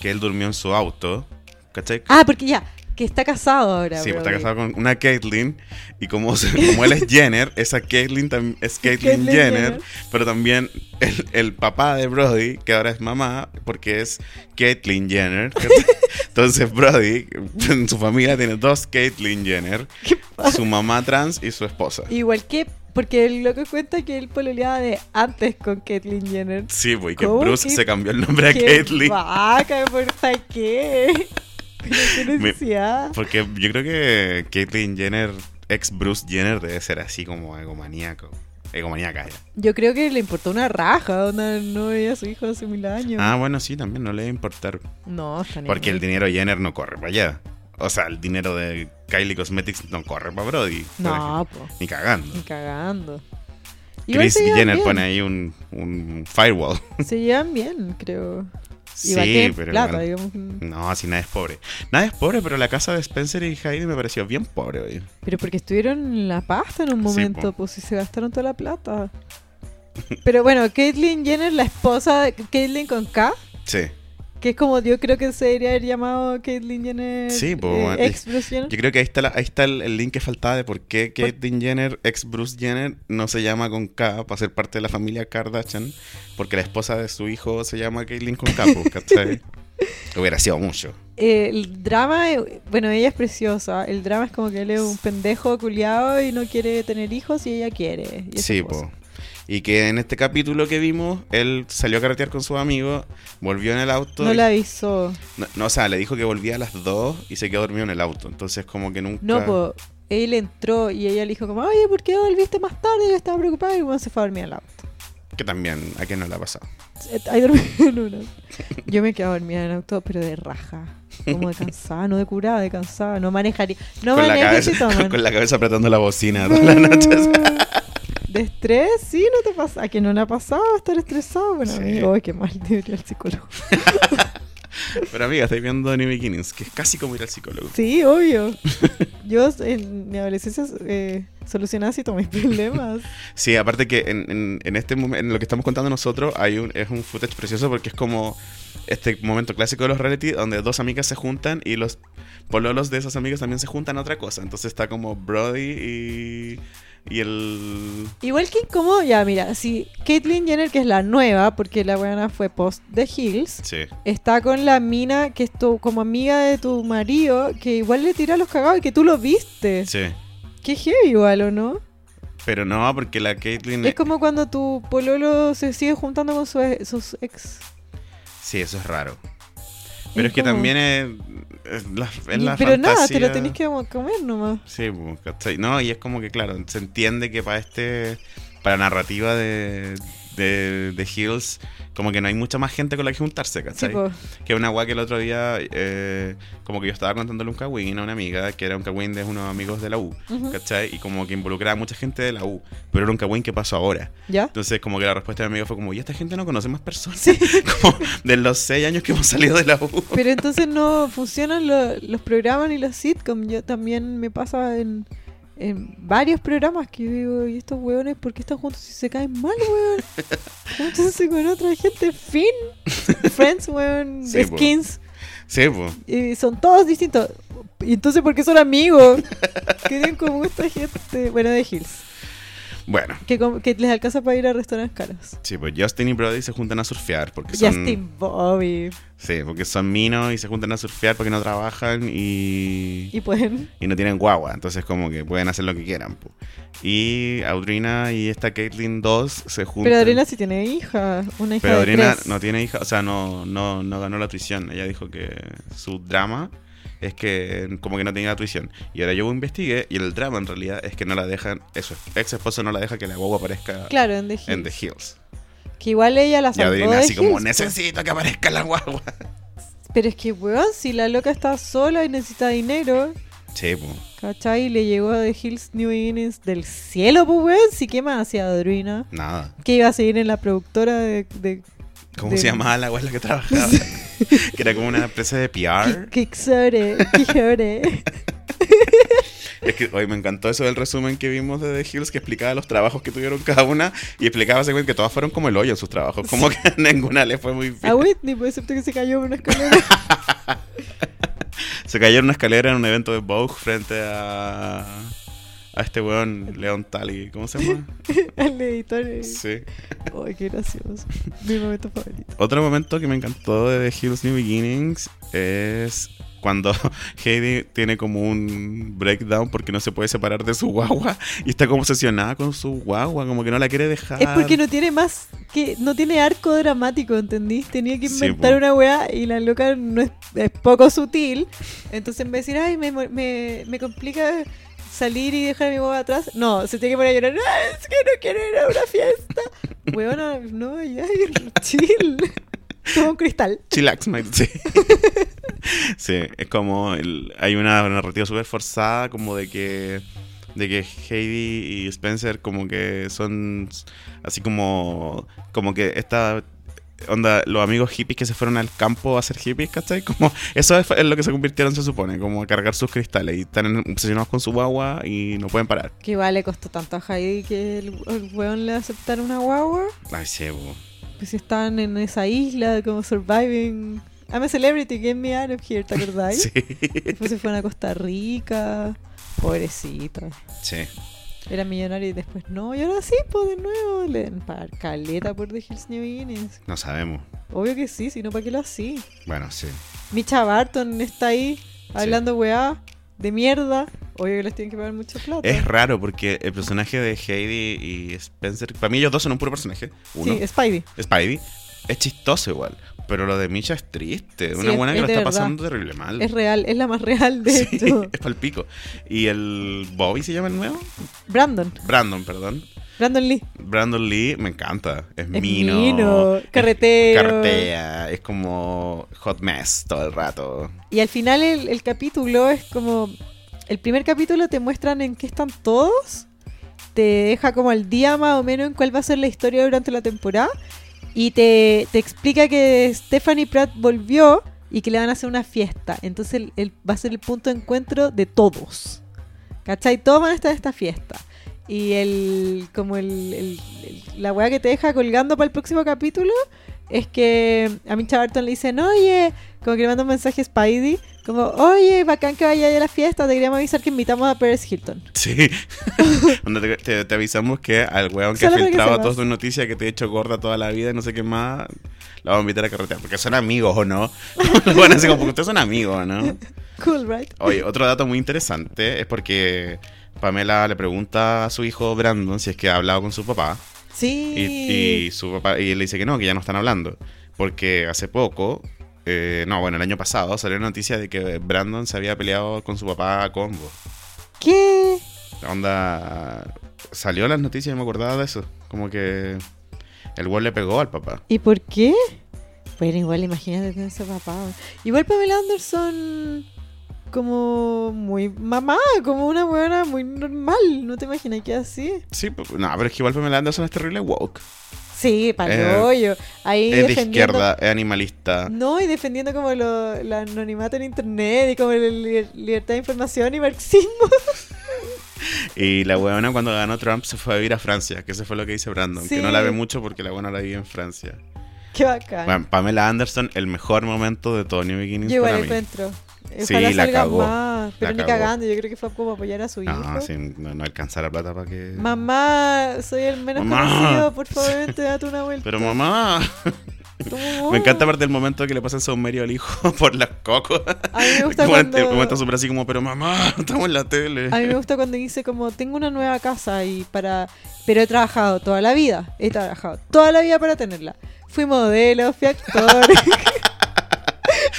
B: que él durmió en su auto. ¿Cachai?
A: Ah, porque ya, que está casado ahora.
B: Sí, pues
A: bro.
B: está casado con una Caitlyn y como, se- como él es Jenner, esa Caitlyn tam- es Caitlyn
A: Caitlyn
B: Jenner,
A: Jenner.
B: pero también el, el papá de Brody, que ahora es mamá, porque es Caitlyn Jenner. Entonces Brody, en su familia tiene dos Caitlyn Jenner,
A: ¿Qué pasa?
B: su mamá trans y su esposa.
A: Igual que, porque el loco cuenta que él pololeaba de antes con Caitlyn Jenner.
B: Sí, pues, y que
A: ¿Cómo
B: Bruce
A: que-
B: se cambió el nombre a
A: ¡Qué
B: Caitlyn.
A: vaca! ¿Por pa' qué? Pero qué necesidad?
B: Porque yo creo que Caitlyn Jenner, ex Bruce Jenner, debe ser así como egomaníaco. Egomaníaca. ya.
A: Yo creo que le importó una raja, onda, no veía a su hijo hace mil años.
B: Ah, bueno, sí, también no le debe importar.
A: No, está ni
B: Porque el
A: ahí.
B: dinero de Jenner no corre para allá. O sea, el dinero de Kylie Cosmetics no corre para Brody. por ejemplo.
A: No, po,
B: Ni cagando.
A: ni cagando. Igual
B: Chris
A: se llevan
B: Jenner
A: bien.
B: pone ahí un, un firewall.
A: Se llevan bien, creo.
B: Sí,
A: Igual que
B: pero.
A: plata,
B: bueno.
A: digamos.
B: No, así nadie es pobre. Nadie es pobre, pero la casa de Spencer y Heidi me pareció bien pobre. oye.
A: Pero porque estuvieron en la pasta en un
B: Sí,
A: momento,
B: po.
A: pues si se gastaron toda la plata. Pero bueno, Caitlyn Jenner, la esposa de Caitlyn con K,
B: Sí.
A: que es como yo creo que se debería haber llamado Caitlyn Jenner.
B: Sí, po,
A: eh,
B: bueno,
A: ex Bruce Jenner.
B: Yo creo que ahí está, la- ahí está el, el link que faltaba de por qué Caitlyn Jenner, ex Bruce Jenner, no se llama con K para ser parte de la familia Kardashian, porque la esposa de su hijo se llama Caitlyn con K, pues, ¿cachai? Hubiera sido mucho.
A: Eh, el drama, eh, bueno, ella es preciosa. El drama es como que él es un pendejo culiado y no quiere tener hijos y ella quiere. y es
B: Sí,
A: su esposa.
B: po. Y que en este capítulo que vimos, él salió a carretear con sus amigos, volvió en el auto.
A: No
B: y-
A: la avisó.
B: no, no, o sea, le dijo que volvía a las 2 y se quedó dormido en el auto. Entonces, como que nunca.
A: No, po. Él entró y ella le dijo como, oye, ¿por qué volviste más tarde? Yo estaba preocupada y bueno, se fue a dormir al auto.
B: Que también, ¿a quién no le ha pasado?
A: Ahí Eh, dormí en uno. Yo me quedaba dormida en el auto, pero de raja. Como de cansada, no de curada, de cansada. No manejaría. No
B: con, la
A: manejes si
B: cabeza,
A: toman.
B: con la cabeza apretando la bocina toda la noche.
A: De estrés, sí, no te pasa. A que no le ha pasado estar estresado. Bueno,
B: Sí.
A: a mí, ay, qué mal, debería ir al psicólogo.
B: Pero amiga, estoy viendo New Beginnings, que es casi como ir al psicólogo.
A: Sí, obvio. Yo en mi adolescencia eh, solucionaba así todos mis problemas.
B: Sí, aparte que en, en- en este momen- en lo que estamos contando nosotros, hay un, es un footage precioso porque es como este momento clásico de los reality donde dos amigas se juntan y los pololos de esas amigas también se juntan a otra cosa. Entonces está como Brody y, y el...
A: Igual que incómodo, ya mira, si Caitlyn Jenner, que es la nueva, porque la buena fue post The Hills,
B: Sí.
A: está con la mina que es tu, como amiga de tu marido, que igual le tira los cagados y que tú lo viste.
B: Sí.
A: Qué heavy igual, ¿o no?
B: Pero no, porque la Caitlyn...
A: Es como cuando tu pololo se sigue juntando con su e- sus ex.
B: Sí, eso es raro. Pero es, que
A: como-
B: también es... es la, es
A: Y-
B: la
A: pero nada, te lo
B: fantasía.
A: tenés que mo- comer nomás.
B: Sí, pues, ¿cachai? No, y es como que, claro, se entiende que para este... Para narrativa de, de, de Hills, como que no hay mucha más gente con la que juntarse, ¿cachai?
A: Sí, po.
B: Que una guay que el otro día, eh, como que yo estaba contándole un cagüín a una amiga, que era un cagüín de unos amigos de la U,
A: Ujú.
B: ¿cachai? Y como que involucraba a mucha gente de la U, pero era un cagüín que pasó ahora.
A: ¿Ya?
B: Entonces, como que la respuesta de mi amigo fue como, ¿y esta gente no conoce más personas? como de los seis años que hemos salido de la U.
A: Pero entonces no funcionan lo- los programas ni los sitcoms. Yo también me pasa en, en varios programas que yo digo, ¿y estos hueones por qué están juntos si se caen mal, hueón? Júntense con otra gente, fin. Friends, hueón,
B: Sí, pues. po.
A: skins.
B: Sí, pues.
A: Y son todos distintos. Y entonces, ¿por qué son amigos? ¿Qué tienen común esta gente? Bueno, de Hills.
B: Bueno.
A: Que, com- que les alcanza para ir a restaurantes caros.
B: Sí, pues Justin y Brody se juntan a surfear porque son...
A: Justin Bobby.
B: Sí, porque son minos y se juntan a surfear porque no trabajan y,
A: Y pueden.
B: y no tienen guagua. Entonces como que pueden hacer lo que quieran. po. Y Audrina y esta Caitlyn 2 se juntan.
A: Pero Adriana sí tiene hija. Una hija
B: Pero
A: de
B: Audrina
A: tres.
B: no tiene hija, o sea, no, no, no ganó la tuición. Ella dijo que su drama es que como que no tenía la tuición. Y ahora yo investigué y el drama en realidad es que no la dejan, eso, ex esposo no la deja que la guagua aparezca
A: Claro, en The Hills.
B: en The Hills.
A: Que igual ella la
B: Y
A: salvó
B: Audrina
A: de
B: así como,
A: Hills,
B: necesito que aparezca la guagua.
A: pues. Pero es que, weón, si la loca está sola y necesita dinero,
B: Sí, po.
A: ¿cachai? Le llegó a The Hills New Beginnings del cielo, pues, weón. Si qué más hacía Adrina.
B: Nada.
A: Que iba a seguir en la productora de... de
B: ¿Cómo
A: de-
B: se llamaba la abuela que trabajaba? que era como una empresa de PR.
A: Kixore, Kixore.
B: Es que hoy me encantó eso del resumen que vimos de The Hills que explicaba los trabajos que tuvieron cada una y explicaba básicamente que todas fueron como el hoyo en sus trabajos. Como que a ninguna le fue muy bien.
A: A Whitney, pues, excepto que se cayó por una escalera.
B: Se cayó en una escalera en un evento de Vogue frente a. a este weón, Leon Talley. ¿Cómo se llama?
A: Al editor. eh.
B: Sí.
A: Ay, qué gracioso. Mi momento favorito.
B: Otro momento que me encantó de The Hills New Beginnings es cuando Heidi tiene como un breakdown porque no se puede separar de su guagua y está como obsesionada con su guagua, como que no la quiere dejar.
A: Es porque no tiene más... que No tiene arco dramático, ¿entendís? Tenía que
B: Sí,
A: inventar
B: po.
A: una weá y la loca no es, es poco sutil. Entonces en vez de decir, ay, me, mo- me, me complica salir y dejar a mi guagua atrás. No, se tiene que poner a llorar. "Ah, es que no quiero ir a una fiesta. Weona, no, ya, chill. Toma un cristal.
B: Chillax, mate. Sí. Sí, es como. el- hay una narrativa súper forzada, como de que. De que Heidi y Spencer, como que son. Así como. Como que esta. Onda, los amigos hippies que se fueron al campo a hacer hippies, ¿cachai? Como, eso es, es lo que se convirtieron, se supone, como a cargar sus cristales y están obsesionados con su guagua y no pueden parar.
A: Que igual le costó tanto a Heidi que el, el weón le aceptara una guagua.
B: Ay, sí, bo.
A: Pues si están en esa isla, como surviving. I'm a celebrity, get me out of here, ¿te acordáis?
B: Sí,
A: Después se fueron a Costa Rica. Pobrecita.
B: sí.
A: Era millonaria y después no. Y ahora sí, pues de nuevo. Le dan pa- caleta por The Hills New Guinness.
B: No sabemos.
A: Obvio que sí, si no, ¿para qué lo así?
B: Bueno, sí.
A: Micha Barton está ahí hablando weá de mierda. Obvio que les tienen que pagar mucho plata.
B: Es raro porque el personaje de Heidi y Spencer, para mí ellos dos son un puro personaje. Uno,
A: sí, Spidey.
B: Spidey, es chistoso igual. Pero lo de Misha es triste.
A: Sí,
B: Una
A: es-
B: buena que
A: es
B: lo
A: de
B: está
A: verdad.
B: pasando terrible mal.
A: Es real, es la más real de
B: Sí,
A: hecho.
B: es palpico. Y el Bobby se llama el nuevo.
A: Brandon,
B: Brandon, perdón.
A: Brandon Lee.
B: Brandon Lee me encanta. Es,
A: Es
B: mino.
A: mino,
B: es
A: carretero.
B: Cartea. Es como hot mess todo el rato.
A: Y al final el, el capítulo es como... El primer capítulo te muestran en qué están todos, te deja como al día más o menos en cuál va a ser la historia durante la temporada y te, te explica que Stephanie Pratt volvió y que le van a hacer una fiesta. Entonces el- el- va a ser el punto de encuentro de todos. ¿Cachai? Todos van a estar en esta fiesta. Y el, como el, el- el- la weá que te deja colgando para el próximo capítulo es que a mi Barton le dicen, oye, como que le manda un mensaje a Spidey, como, oye, bacán que vaya a la fiesta, te queríamos avisar que invitamos a Paris Hilton.
B: Sí. Donde te, te- te avisamos que al weón que
A: Solo
B: ha
A: para que
B: filtrado
A: sepas.
B: todas tus noticias, que te ha hecho gorda toda la vida y no sé qué más, la vamos a invitar a carretear. Porque son amigos, ¿o no? bueno, así como, porque ustedes son amigos, ¿no?
A: Cool, right?
B: Oye, otro dato muy interesante es porque Pamela le pregunta a su hijo Brandon si es que ha hablado con su papá.
A: Sí.
B: Y, y su papá y él le dice que no, que ya no están hablando. Porque hace poco, eh, no, bueno, el año pasado salió la noticia de que Brandon se había peleado con su papá a combo.
A: ¿Qué?
B: La onda salió en las noticias y me acordaba de eso como que El weón le pegó al papá.
A: ¿Y por qué? Bueno, igual imagínate tener ese papá. weón. Igual Pamela Anderson como muy mamá, como una buena muy normal, no te imaginas que así.
B: Sí, p- no, pero es que igual Pamela Anderson es terrible woke.
A: Sí, para
B: Eh,
A: hoyo. Ahí
B: Es de
A: defendiendo-
B: izquierda, es animalista.
A: No, y defendiendo como lo, la anonimato en internet y como la li- libertad de información y marxismo.
B: Y la weona cuando ganó Trump se fue a vivir a Francia, que eso fue lo que dice Brandon.
A: Sí.
B: Que no la ve mucho porque la weona la vive en Francia.
A: Qué bacán.
B: Bueno, Pamela Anderson, el mejor momento de Tony Beginning
A: yo igual
B: para mí.
A: encuentro.
B: Sí,
A: Ojalá
B: la
A: salga
B: cagó.
A: más, pero
B: La
A: ni
B: cagó.
A: cagando, yo creo que fue como apoyar a su hijo.
B: No, sí, no, no alcanza la plata para que...
A: Mamá, soy el menos
B: Mamá.
A: conocido, por favor, te date una vuelta.
B: Pero mamá,
A: Tú,
B: me
A: Oh.
B: encanta parte del momento que le pasa el saumerio al hijo por las cocos.
A: A mí me gusta
B: Como este-
A: cuando-
B: como está súper así como, pero mamá, estamos en la tele.
A: A mí me gusta cuando dice como tengo una nueva casa y para pero he trabajado toda la vida, he trabajado toda la vida para tenerla. Fui modelo, fui actor.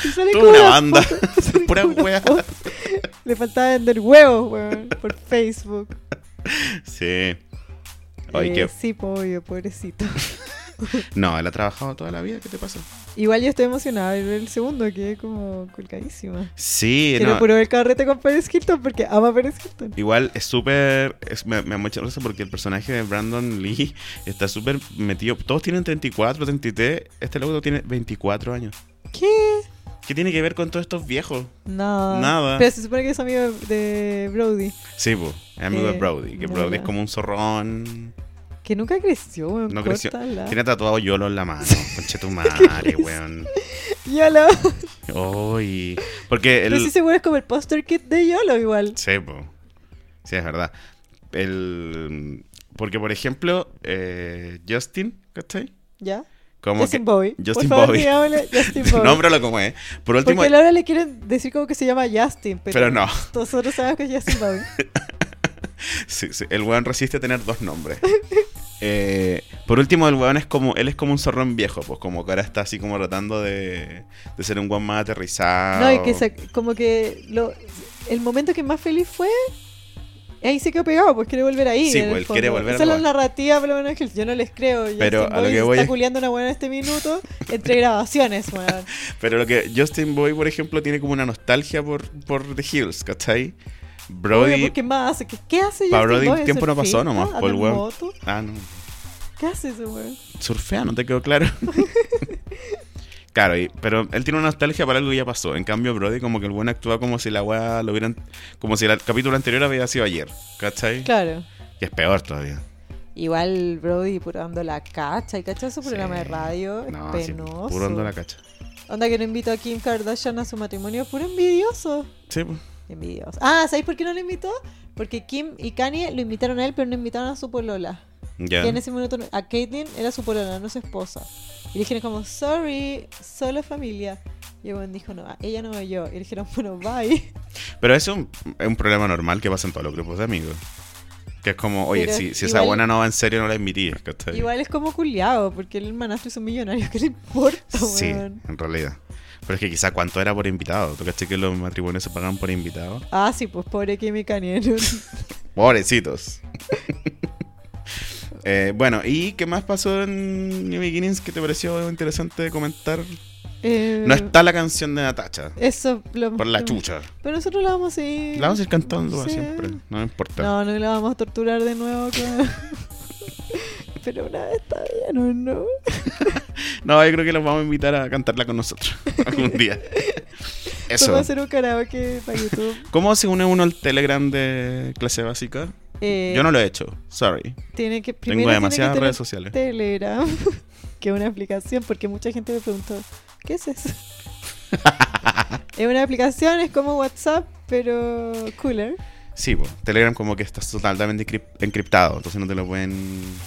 A: Y sale
B: Tuve
A: como
B: una
A: una
B: banda.
A: foto, sale
B: Pura
A: como una
B: wea.
A: foto. Le faltaba vender huevos, weón, por Facebook.
B: Sí. Ay,
A: Eh,
B: qué-
A: Sí, pollo, pobrecito.
B: No, él ha trabajado toda la vida, ¿qué te pasa?
A: Igual yo estoy emocionada de ver el segundo, quedé como colgadísima.
B: Sí,
A: Quiero
B: no,
A: puro ver carrete con Paris Hilton porque ama a Paris Hilton.
B: Igual es súper. es- Me, me da mucha risa porque el personaje de Brandon Lee está súper metido. Todos tienen 34, 33. Este loco tiene 24 años.
A: ¿Qué?
B: ¿Qué tiene que ver con todos estos viejos?
A: Nada.
B: Nada.
A: Pero se supone que es amigo de de Brody.
B: Sí, pues. Es amigo de
A: Eh,
B: Brody. Que
A: no,
B: Brody es
A: ya.
B: como un zorrón.
A: Que nunca creció, weón.
B: No creció.
A: córtala.
B: Tiene tatuado YOLO en la mano. Conche tu madre, weón.
A: YOLO.
B: Uy. Porque
A: Pero sí
B: el.
A: seguro es como el poster kit de YOLO igual.
B: Sí, po. Sí, es verdad. El. Porque, por ejemplo, eh, Justin, ¿cachai?
A: ¿Ya?
B: Como
A: Justin Bowie. Por
B: Justin
A: favor,
B: Bowie.
A: digámosle Justin Bowie.
B: Nómbralo como es. Por último,
A: Porque ahora le quieren decir como que se llama Justin, pero,
B: Pero no.
A: Nosotros sabemos que es Justin Bowie.
B: Sí, sí, el weón resiste a tener dos nombres. Eh, por último, el weón es como. Él es como un zorrón viejo, pues como que ahora está así como tratando de, de ser un weón más aterrizado.
A: No, y que se- como que lo, el momento que más feliz fue, ahí se quedó pegado, pues quiere volver ahí.
B: Sí,
A: en el
B: pues, él quiere
A: fondo.
B: volver
A: Esa es la
B: nomás.
A: narrativa, por lo menos que yo no les creo.
B: Pero
A: Justin
B: a lo
A: Bowie
B: que
A: se
B: voy
A: está
B: es-
A: culiando una buena en este minuto entre grabaciones, weón.
B: Pero lo que Justin Boy, por ejemplo, tiene como una nostalgia por, por The Hills, ¿cachai? Brody.
A: Obvio, pues, ¿Qué más hace? ¿Qué, qué hace
B: Pa'
A: Justin
B: Brody
A: Bowie?
B: tiempo no pasó
A: ¿Surfista?
B: nomás, po, el
A: ¿Andar
B: weón.
A: moto?
B: Ah, no.
A: ¿Qué hace ese weón?
B: Surfea, no te quedó claro. claro, y- pero él tiene una nostalgia para algo que ya pasó. En cambio, Brody, como que el weón actúa como si la weá lo hubieran. Como si el capítulo anterior había sido ayer, ¿cachai?
A: Claro.
B: Y es peor todavía.
A: Igual Brody puro dando la cacha y cacha su programa de
B: Sí.
A: radio.
B: No,
A: es
B: sí,
A: penoso.
B: puro ando la cacha.
A: Onda que no invitó a Kim Kardashian a su matrimonio, puro envidioso.
B: Sí, pues.
A: Envidioso. Ah, ¿sabéis por qué no lo invitó? Porque Kim y Kanye lo invitaron a él, pero no invitaron a su polola.
B: Ya.
A: Y en ese minuto no- a Caitlyn era su polola, no su esposa. Y le dijeron como, sorry, solo familia. Y el weón dijo, no, ella no voy yo. Y le dijeron, bueno, bye.
B: Pero eso es un, es un problema normal que pasa en todos los grupos de amigos. Que es como, oye,
A: Pero
B: si, si esa
A: igual-
B: buena no va en serio, no la invitís, ¿cachai?
A: Igual es como culiado, porque el hermanastro es un millonario, ¿qué le importa,
B: Sí,
A: weón?
B: en realidad. Pero es que quizá cuánto era por invitado. ¿Tú caché que los matrimonios se pagan por invitado?
A: Ah, sí, pues pobre Kim y Kanye. ¿no?
B: Pobrecitos. Eh, bueno, ¿y qué más pasó en New Beginnings que te pareció interesante de comentar?
A: Eh,
B: No está la canción de Natacha,
A: Eso lo-
B: por la chucha.
A: Pero nosotros la vamos a ir.
B: La vamos a ir cantando
A: Sí.
B: siempre, no me importa.
A: No, no la vamos a torturar de nuevo. claro. Pero una vez está bien, ¿o no?
B: No, yo creo que los vamos a invitar a cantarla con nosotros algún día.
A: Vamos Pues a
B: Eso.
A: hacer un karaoke para YouTube.
B: ¿Cómo se une uno al Telegram de clase básica?
A: Eh,
B: Yo no lo he hecho, sorry.
A: tiene que, primero
B: Tengo demasiadas
A: tiene
B: redes
A: que
B: sociales.
A: tener Telegram, que es una aplicación, porque mucha gente me preguntó, ¿qué es eso? es una aplicación, es como WhatsApp, pero cooler.
B: Sí, po, Telegram como que está totalmente encrip- encriptado, entonces no te lo pueden...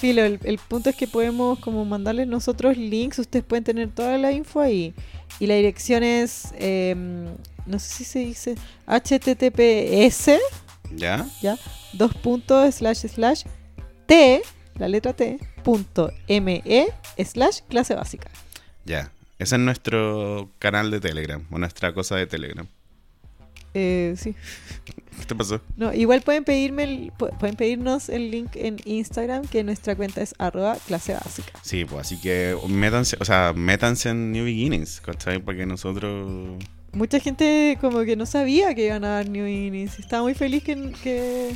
A: Filo, el, el punto es que podemos como mandarles nosotros links, ustedes pueden tener toda la info ahí. Y la dirección es, eh, no sé si se dice, https,
B: ¿Ya?
A: dos puntos, slash, slash, t, la letra t, punto, me, slash, clase básica.
B: Ya. Ese es nuestro canal de Telegram, o nuestra cosa de Telegram.
A: Eh, sí.
B: ¿Qué te pasó?
A: No, igual pueden pedirme el- pu- pueden pedirnos el link en Instagram, que nuestra cuenta es arroba clase básica.
B: Sí, pues así que métanse, o sea, métanse en New Beginnings, ¿cachai? Porque nosotros...
A: Mucha gente como que no sabía que iban a dar New Innings. Estaba muy feliz que, que-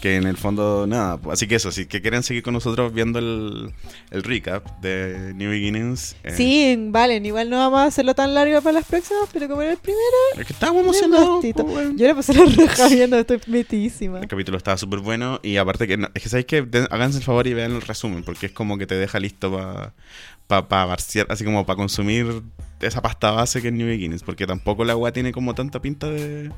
B: Que en el fondo, nada. pues, Así que eso, si que quieren seguir con nosotros viendo el, el recap de New Beginnings. eh,
A: Sí, en Valen. Igual no vamos a hacerlo tan largo para las próximas, pero como era el primero,
B: Es que estábamos emocionados.
A: Bastito.
B: pues, weón.
A: yo le pasé la raja viendo, estoy metidísima.
B: El capítulo estaba súper bueno y aparte que, no- es que sabéis que háganse el favor y vean el resumen porque es como que te deja listo para pa, pa barciar, así como para consumir esa pasta base que es New Beginnings porque tampoco la agua tiene como tanta pinta de,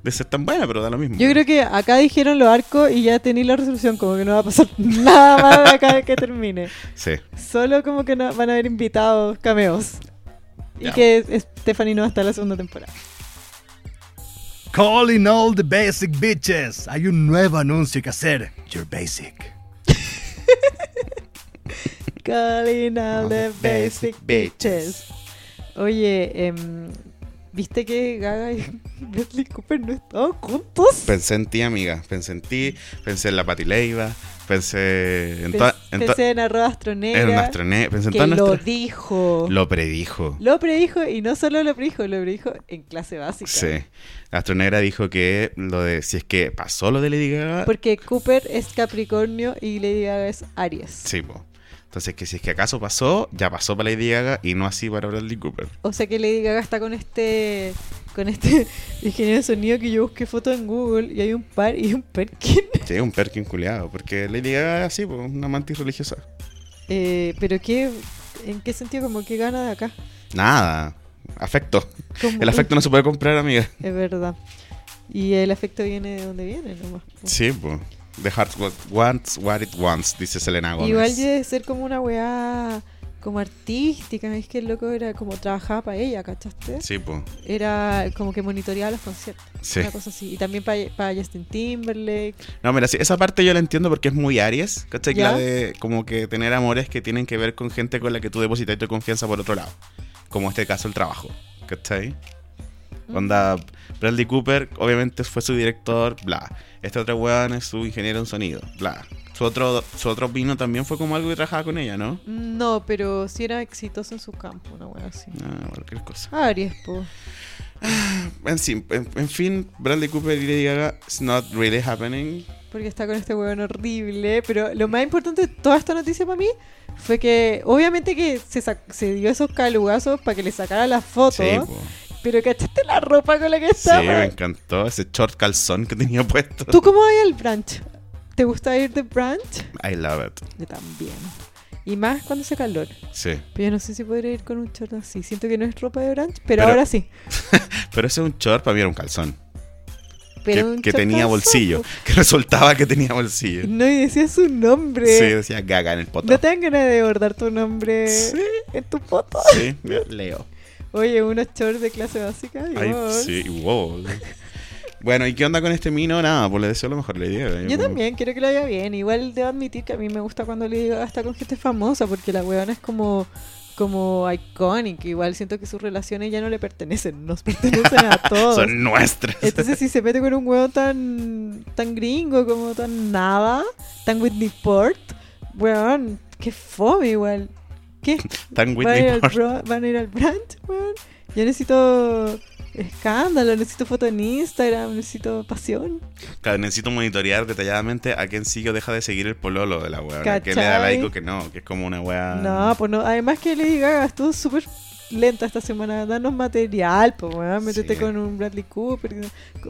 B: de ser tan buena, pero da lo mismo.
A: Yo creo que acá dijeron los arcos y ya tení la resolución, como que no va a pasar nada más de acá de que termine.
B: Sí,
A: Solo como que no, van a haber invitados cameos. Y
B: Ya.
A: que Stephanie no va a estar la segunda temporada.
D: Calling all the basic bitches. Hay un nuevo anuncio que hacer. Your basic.
A: Calling all the basic bitches. Oye, em, ¿viste que Gaga y Bradley Cooper no estaban juntos?
B: pensé en ti, amiga, pensé en ti, pensé en la Patileiva, pensé en, toda- en,
A: Pensé
B: to-
A: en arroba
B: en
A: astronegra,
B: nuestra ne- pensé en
A: que
B: todas
A: lo
B: nuestras-
A: dijo. Lo...
B: Lo predijo.
A: predijo y no solo lo predijo, lo predijo en clase básica.
B: Sí. Astronegra dijo que lo de si es que pasó lo de Lady Gaga,
A: Porque Cooper es Capricornio y Lady Gaga es Aries.
B: Sí, po. Entonces, que si es que acaso pasó, ya pasó para Lady Gaga y no así para Bradley Cooper.
A: O sea que Lady Gaga está con este con este ingeniero de sonido que yo busqué foto en Google y hay un par y un Perkin.
B: Sí, un perkin culeado, porque Lady Gaga es así, po, una mantis religiosa.
A: Eh, pero qué en qué sentido como que gana de acá.
B: Nada, afecto.
A: Como-
B: El afecto no se puede comprar, amiga.
A: es verdad. Y el afecto viene de donde viene nomás.
B: Sí, pues. The heart what wants what it wants, dice Selena Gómez.
A: Igual debe ser como una weá como artística, es que el loco era como trabajaba para ella, ¿cachaste?
B: Sí, pues.
A: Era como que monitoreaba los conciertos,
B: Sí.
A: una cosa así. Y también para Justin Timberlake.
B: No, mira, sí, esa parte yo la entiendo porque es muy Aries, ¿cachai?
A: ¿Ya?
B: La de como que tener amores que tienen que ver con gente con la que tú depositas tu confianza por otro lado. Como en este caso el trabajo, ¿cachai? Onda, Bradley Cooper obviamente fue su director, bla. Este otro weón es su ingeniero en sonido, bla. Su otro, su otro vino también fue como algo que trabajaba con ella, ¿no?
A: No, pero sí era exitoso en su campo, una wea así.
B: Ah, cualquier cosa.
A: Aries, po.
B: En, fin- en, en fin, Bradley Cooper y Lady Gaga, it's not really happening.
A: Porque está con este huevón horrible. Pero lo más importante de toda esta noticia para mí fue que, obviamente, que se, sac- se dio esos calugazos para que le sacara las fotos.
B: Sí, po.
A: pero cachaste la ropa con la que
B: sí, me
A: estaba.
B: encantó ese short calzón que tenía puesto.
A: ¿Tú cómo vas al brunch? ¿Te gusta ir de brunch?
B: I love it.
A: Yo también. Y más cuando hace calor.
B: Sí.
A: Pero yo no sé si podría ir con un short así. Siento que no es ropa de brunch, pero,
B: Pero-
A: ahora sí.
B: Pero ese es un short para mí era un calzón.
A: Pero
B: que
A: un
B: que
A: short
B: tenía
A: calzón,
B: bolsillo.
A: po.
B: Que resultaba que tenía bolsillo.
A: No, y decía su nombre.
B: Sí, decía Gaga en el poto.
A: No te dan ganas de bordar tu nombre
B: Sí.
A: en tu foto.
B: Sí, Leo.
A: Oye, unos shorts de clase básica.
B: Ay,
A: Dios.
B: sí, wow. Bueno, ¿y qué onda con este mino? Nada, pues le deseo lo mejor, le digo.
A: Yo también quiero que lo haya bien. Igual debo admitir que a mí me gusta cuando le digo hasta con gente famosa, porque la weona es como como icónica. Igual siento que sus relaciones ya no le pertenecen, nos pertenecen a todos.
B: Son nuestras.
A: Entonces si se mete con un huevo tan tan gringo, como tan nada, tan Whitney Port, weón, qué fome igual. ¿Qué?
B: Tan
A: van, a ir
B: Whitney
A: al
B: Port.
A: bro- van a ir al brunch, weón. Yo necesito escándalo, necesito foto en Instagram, necesito pasión.
B: Claro, necesito monitorear detalladamente a quién sigue o deja de seguir el pololo de la weá. Que le da
A: ¿Cachai?
B: like o que no, que es como una weá.
A: No, pues no. Además que Lady Gaga estuvo súper lenta esta semana. Danos material, pues, weón. Métete
B: Sí.
A: con un Bradley Cooper.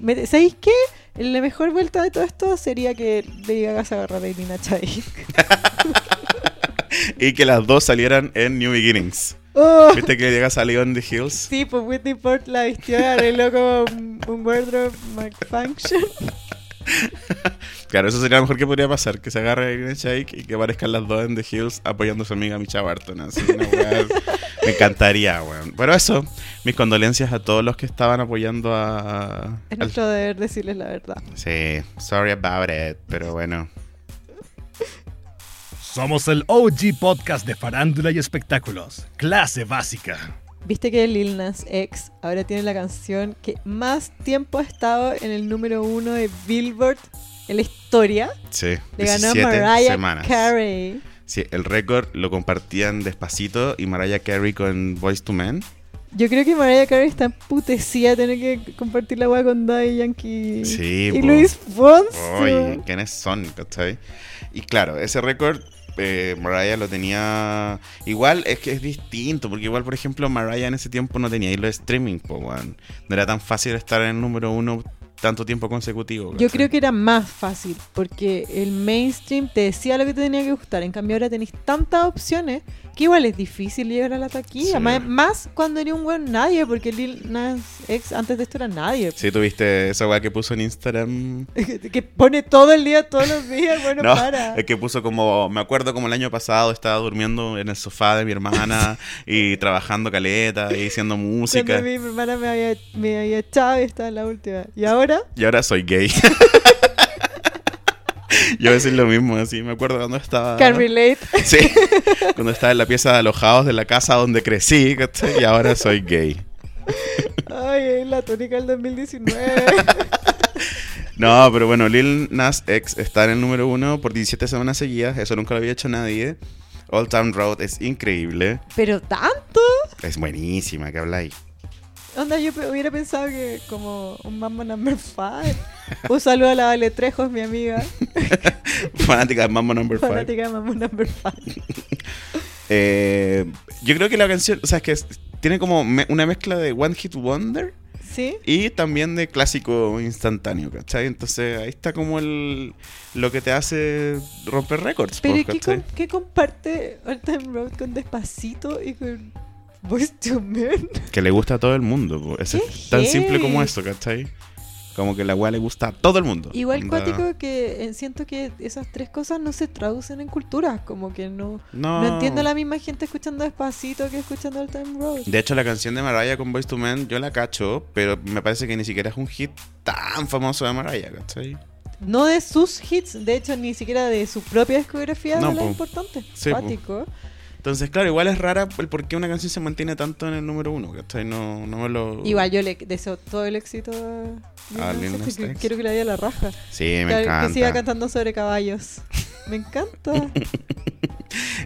A: Mete- ¿Sabéis qué? La mejor vuelta de todo esto sería que Lady Gaga se agarrara a Irina Chayk. pues.
B: Y que las dos salieran en New Beginnings.
A: ¡Oh!
B: ¿Viste que llega salió en The Hills?
A: Sí, pues Whitney Port la vistió y arregló como un, un wardrobe malfunction.
B: Claro, eso sería lo mejor que podría pasar, que se agarre a Irene Shake y que aparezcan las dos en The Hills apoyando a su amiga Micha Barton. así, una weá- me encantaría, weón. Pero eso, mis condolencias a todos los que estaban apoyando a...
A: Es
B: al-
A: nuestro deber decirles la verdad.
B: Sí, sorry about it, pero bueno.
D: Somos el OG podcast de farándula y espectáculos. Clase básica.
A: Viste que Lil Nas X ahora tiene la canción que más tiempo ha estado en el número uno de Billboard en la historia.
B: Sí,
A: Le ganó a
B: 17
A: Mariah
B: semanas.
A: Carey.
B: Sí, el récord lo compartían despacito y Mariah Carey con Boys to Men.
A: Yo creo que Mariah Carey está emputecida de tener que compartir la weá con Daddy Yankee
B: Sí,
A: y
B: po.
A: Luis Fonsi.
B: Oy, ¿quiénes son? ¿Cachai? Y claro, ese récord eh, Mariah lo tenía. Igual es que es distinto, porque igual, por ejemplo, Mariah en ese tiempo no tenía hilo de streaming, po, weón. No era tan fácil estar en el número uno tanto tiempo consecutivo.
A: Yo
B: ¿cachai?
A: creo que era más fácil porque el mainstream te decía lo que te tenía que gustar. En cambio, ahora tenéis tantas opciones que igual es difícil llegar a la taquilla.
B: Sí.
A: Más, más cuando eres un buen nadie, porque Lil Nas X antes de esto era nadie.
B: Sí, tuviste esa weá que puso en Instagram.
A: que pone todo el día, todos los días. Bueno,
B: No,
A: para.
B: es que puso como, me acuerdo como el año pasado estaba durmiendo en el sofá de mi hermana y trabajando caleta y haciendo música.
A: Cuando mi hermana me había, me había echado y estaba en la última. Y ahora,
B: Y ahora soy gay. Yo a veces lo mismo, así. Me acuerdo cuando estaba.
A: can relate.
B: Sí. Cuando estaba en la pieza de alojados de la casa donde crecí, ¿cachai? Y ahora soy gay.
A: Ay, es la tónica del 2019.
B: No, pero bueno, Lil Nas X está en el número uno por 17 semanas seguidas. Eso nunca lo había hecho nadie. Old Town Road es increíble.
A: Pero tanto.
B: Es buenísima, que habláis?
A: Onda, yo pe- hubiera pensado que como un Mambo Number 5. Un saludo a la Vale Trejos, mi amiga.
B: Fanática de Mambo Number 5.
A: fanática de Mambo Number 5.
B: Eh, yo creo que la canción, o sea, es que es- tiene como me- una mezcla de One Hit Wonder
A: ¿Sí?
B: y también de clásico instantáneo, ¿cachai? Entonces ahí está como el, lo que te hace romper récords.
A: Pero
B: po,
A: ¿y ¿qué,
B: ¿cachai?
A: com- qué comparte Old Time Road con Despacito y con Boyz II Men?
B: Que le gusta a todo el mundo. po. Ese
A: ¡Qué
B: Es tan simple como
A: heavy!
B: eso, ¿cachai? Como que la weá le gusta a todo el mundo.
A: Igual
B: Onda-
A: cuático que eh, siento que esas tres cosas no se traducen en cultura. Como que no,
B: No,
A: no entiendo a la misma gente escuchando Despacito que escuchando Old Time Road.
B: De hecho, la canción de Mariah con Boys to Men, yo la cacho, pero me parece que ni siquiera es un hit tan famoso de Mariah, ¿cachai?
A: No de sus hits, de hecho ni siquiera de su propia discografía
B: No,
A: de las
B: po.
A: importantes.
B: Sí, po.
A: Cuático.
B: Entonces, claro, igual es rara el por qué una canción se mantiene tanto en el número uno, ¿cachai? No, no me lo...
A: Igual yo le deseo todo el éxito a
B: A
A: Lil
B: Ah, Lil
A: Nas X,
B: Nas
A: que
B: X.
A: Quiero que le dé la raja.
B: Sí, me
A: Claro,
B: encanta. Em.
A: Que siga cantando sobre caballos. Me encanta.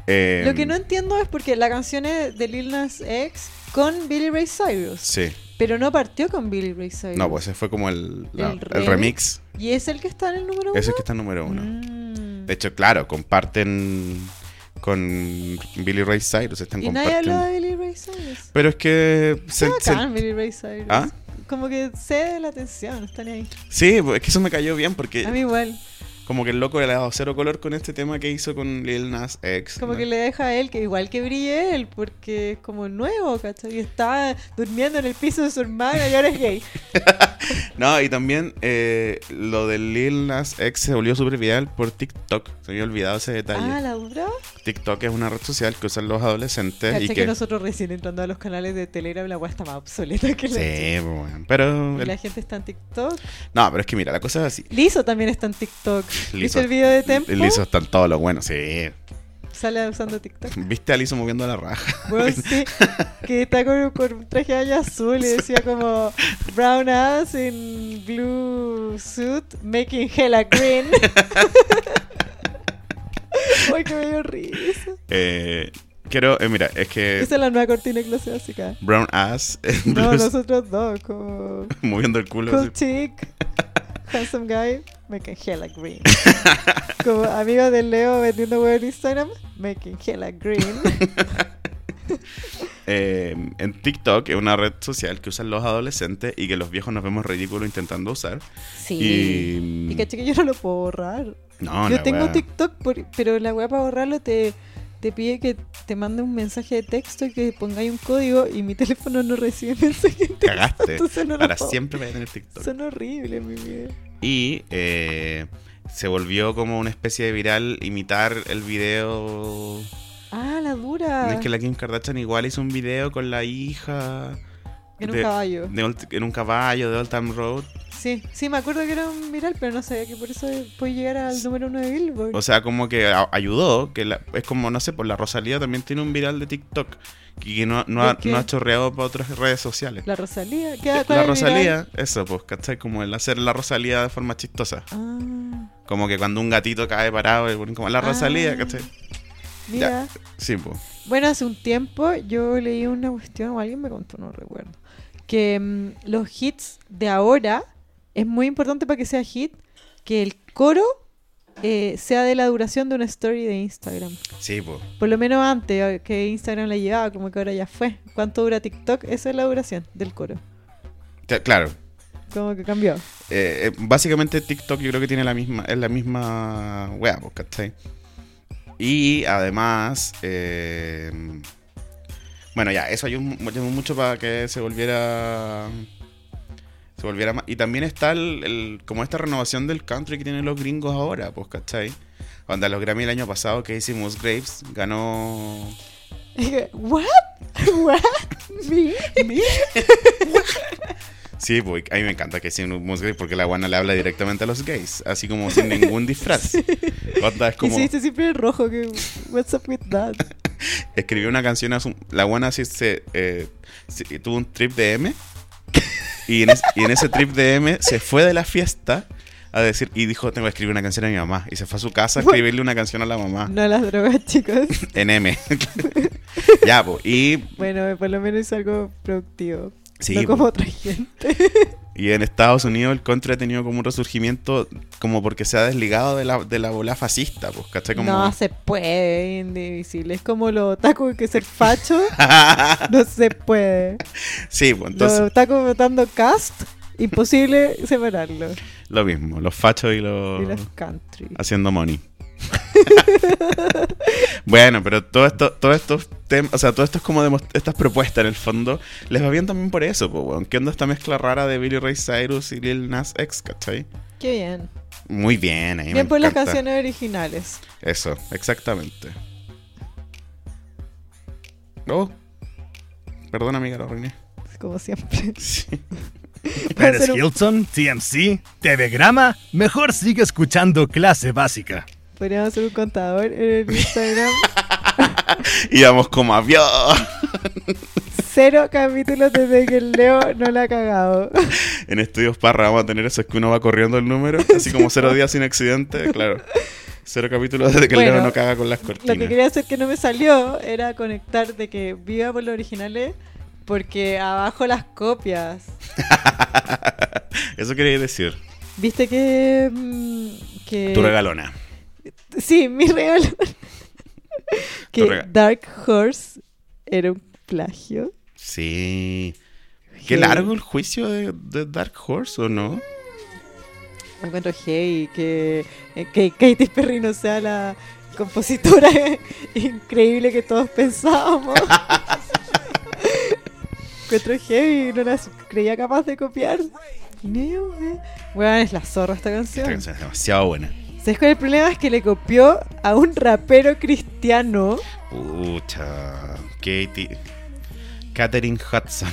B: Eh,
A: Lo que no entiendo es porque la canción es de Lil Nas X con Billy Ray Cyrus.
B: Sí.
A: Pero no partió con Billy Ray Cyrus.
B: No, pues ese fue como el, la-
A: El remix.
B: el remix.
A: ¿Y es el que está en el número uno?
B: Ese es que está en número uno.
A: Mm.
B: De hecho, claro, comparten con Billy Ray Cyrus. Están
A: Y nadie habló
B: compartiendo.
A: de Billy Ray Cyrus.
B: Pero es que... se-
A: Está
B: se-
A: bacán Billy Ray Cyrus.
B: ¿Ah?
A: Como que cede la atención, están ahí.
B: sí, pues, es que eso me cayó bien
A: A mí
B: porque
A: igual.
B: como que el loco le ha dado cero color con este tema que hizo con Lil Nas X.
A: Como
B: ¿no?
A: que le deja a él que igual que brille él, porque es como nuevo, ¿cachai? Y está durmiendo en el piso de su hermana y ahora es gay.
B: No, y también eh, lo de Lil Nas X se volvió súper viral por TikTok. Se me había olvidado ese detalle.
A: Ah, la dura.
B: TikTok es una red social que usan los adolescentes
A: ¿Cachai
B: y
A: que...
B: que...
A: nosotros recién entrando a los canales de Telegram la weá está más obsoleta que la
B: Sí,
A: chucha.
B: pues, weón, pero...
A: Y
B: el-
A: la gente está en TikTok.
B: No, pero es que mira, la cosa es así.
A: Liso también está en TikTok. ¿Viste
B: Lizzo-
A: el video de Tempo?
B: Lizzo está en todo lo bueno, sí.
A: Sale usando TikTok.
B: ¿Viste a Lizzo moviendo la raja?
A: Bueno, sí, que está con, con un traje de baño azul y decía como brown ass in blue suit making hella green. Ay, que me dio risa.
B: Eh, quiero... eh, mira, es que
A: Esa es la nueva cortina de clase básica.
B: Brown Ass en
A: No,
B: blues,
A: nosotros dos, como
B: moviendo el culo.
A: cool
B: así.
A: chick, handsome guy, making hella green. Como amigo de Leo vendiendo huevo en Instagram, making hella green.
B: Eh, en TikTok es una red social que usan los adolescentes y que los viejos nos vemos ridículos intentando usar.
A: Sí.
B: Y...
A: Y caché que yo no lo puedo borrar.
B: No,
A: Yo
B: la
A: tengo
B: weá.
A: TikTok, por- pero la weá para borrarlo te, te pide que te mande un mensaje de texto y que pongáis un código y mi teléfono no recibe mensaje de texto.
B: Cagaste.
A: Entonces no lo
B: Para
A: puedo-
B: siempre voy a tener TikTok.
A: Son horribles, mi vida.
B: Y eh, se volvió como una especie de viral imitar el video.
A: Ah, la dura.
B: Es que la Kim Kardashian igual hizo un video con la hija.
A: En un
B: de-
A: caballo.
B: de Old- en un caballo de Old Time Road.
A: Sí, sí, me acuerdo que era un viral, pero no sabía que por eso puede llegar al número uno de Billboard.
B: O sea, como que a- ayudó. que la- Es como, no sé, pues la Rosalía también tiene un viral de TikTok. Que no, no, ha,
A: ¿De qué?
B: no ha chorreado para otras redes sociales.
A: la Rosalía. ¿Qué,
B: Eh,
A: cuál
B: La
A: es el viral?
B: Rosalía, eso, pues, ¿cachai? Como el hacer la Rosalía de forma chistosa.
A: Ah,
B: Como que cuando un gatito cae parado y ponen como la
A: Ah.
B: Rosalía, ¿cachai?
A: mira.
B: Sí, pues.
A: Bueno, hace un tiempo yo leí una cuestión, o alguien me contó, no recuerdo, que mm, los hits de ahora es muy importante para que sea hit que el coro eh, sea de la duración de una story de Instagram.
B: Sí, pues.
A: Por lo menos antes, eh, que Instagram la llevaba, como que ahora ya fue. ¿Cuánto dura TikTok? Esa es la duración del coro.
B: Te- Claro.
A: Como que cambió.
B: Eh, eh, básicamente TikTok yo creo que tiene la misma, es la misma wea, pues, ¿cachai? Y además, eh, bueno, ya, eso ayudó, mu- ayudó mucho para que se volviera... Se volviera más. Y también está el, el- como esta renovación del country que tienen los gringos ahora, pues, ¿cachai? Cuando los Grammy el año pasado que hicimos Graves ganó...
A: ¿What? ¿What? ¿Me?
B: Sí, pues, a mí me encanta que Sidney Musgrave porque la guana le habla directamente a los gays, así como sin ningún disfraz. Onda, es como,
A: Hiciste siempre el rojo, que what's up with that?
B: escribió una canción, a su- la guana sí se, eh, sí, tuvo un trip de M y en, es- y en ese trip de M se fue de la fiesta a decir, y dijo, tengo que escribir una canción a mi mamá, y se fue a su casa a escribirle una canción a la mamá
A: No las drogas, chicos.
B: en M. ya, pues, y
A: Bueno, eh, por lo menos es algo productivo.
B: Sí,
A: no
B: po.
A: como otra gente.
B: Y en Estados Unidos el country ha tenido como un resurgimiento como porque se ha desligado de la, de la bola fascista, pues, ¿cachai? Como...
A: No se puede, indivisible. Es como los tacos que ser facho. no se puede.
B: sí, pues entonces
A: los tacos votando cast. Imposible separarlo.
B: lo mismo, los fachos y los...
A: Y los country.
B: haciendo money. bueno, pero todo esto, todo estos tem- o sea, todo esto es como demos- estas propuestas en el fondo, les va bien también por eso, po, weón. ¿Qué onda esta mezcla rara de Billy Ray Cyrus y Lil Nas X, cachai?
A: Qué bien.
B: Muy bien, ahí
A: Bien por las
B: canciones
A: canciones originales.
B: Eso, exactamente. Oh. Perdón, amiga, lo arruiné.
A: Como siempre.
B: Sí.
A: Puede
D: Pérez
A: ser, un-
D: Hilton, TMC, TV Grama, mejor sigue escuchando clase básica.
A: podríamos hacer un contador en el Instagram.
B: Íbamos como avión.
A: Cero capítulos desde que el Leo no la ha cagado.
B: En Estudios Parra vamos a tener eso, es que uno va corriendo el número, así como cero días sin accidente, claro. Cero capítulos desde que el
A: Bueno,
B: Leo no caga con las
A: Lo que
B: cortinas.
A: quería hacer que no me salió era conectar de que viva por los originales porque abajo las copias.
B: Eso quería decir.
A: Viste que... mm, que
B: Tu regalona.
A: Sí, mi regalo. que
B: Tu regalo.
A: Dark Horse era un plagio.
B: Sí.
A: Heavy.
B: Qué largo el juicio de, de Dark Horse, ¿o no?
A: Me encuentro hey que, eh, que Katy Perry no sea la compositora increíble que todos pensábamos. encuentro heavy, no la creía capaz de copiar. Neo, eh. Weón, es la zorra esta
B: Esta
A: canción.
B: canción es demasiado buena.
A: ¿Sabes cuál es el problema? Es que le copió a un rapero cristiano.
B: Pucha. Katie. Katherine Hudson.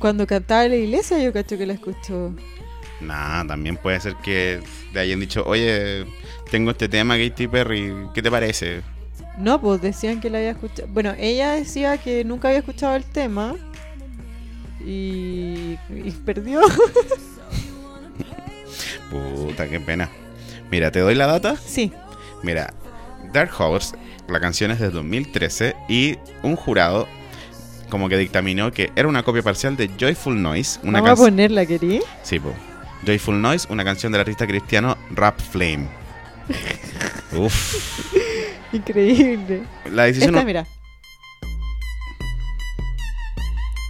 A: Cuando cantaba en la iglesia, yo cacho que la escuchó.
B: Nah, también puede ser que te hayan dicho, oye, tengo este tema, Katy Perry, ¿qué te parece?
A: No, pues decían que la había escuchado. Bueno, ella decía que nunca había escuchado el tema. Y, y perdió.
B: Puta, qué pena. Mira, te doy la data.
A: Sí,
B: Mira, Dark Horse, la canción es de 2013 y un jurado como que dictaminó que era una copia parcial de Joyful Noise, una
A: vamos a
B: canción...
A: ponerla, querí.
B: Sí, po. Joyful Noise, una canción del artista cristiano Rap Flame. Uf.
A: Increíble.
B: La decisión...
A: Esta, mira.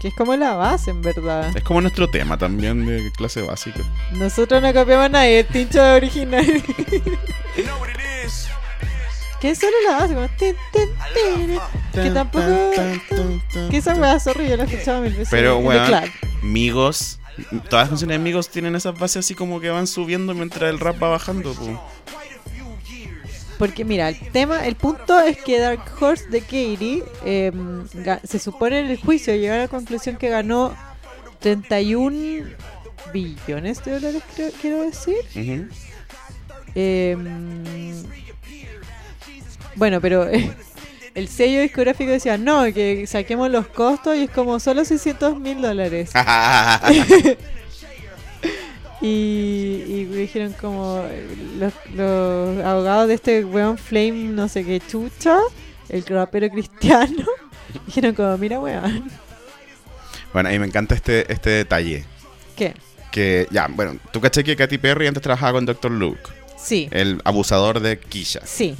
A: Que es como la base, en verdad.
B: Es como nuestro tema también de clase básica.
A: Nosotros no copiamos a nadie, el tincho original. que es solo la base, como tin, tin, tin, Que tampoco. Que esa weá, sorry, yo la he escuchado mil veces.
B: Pero,
A: en The
B: weón,
A: Club.
B: Migos, todas las canciones de Migos tienen esas bases así como que van subiendo mientras el rap va bajando. po.
A: Porque mira, el tema, el punto es que Dark em, Horse de Katie eh, ga- se supone en el juicio llegar a la conclusión que ganó 31 billones de dólares, creo- quiero decir.
B: Ujú.
A: Eh, bueno, pero eh, el sello discográfico decía, no, que saquemos los costos y es como solo 600 mil dólares. Y, y dijeron como eh, los, los abogados de este weón Flame, no sé qué, chucha, el rapero cristiano, dijeron como, mira weón,
B: bueno, y me encanta este, este detalle.
A: ¿qué?
B: Que ya, bueno, tú caché que Katy Perry antes trabajaba con Dr. Luke,
A: Sí,
B: el abusador de Kisha.
A: sí,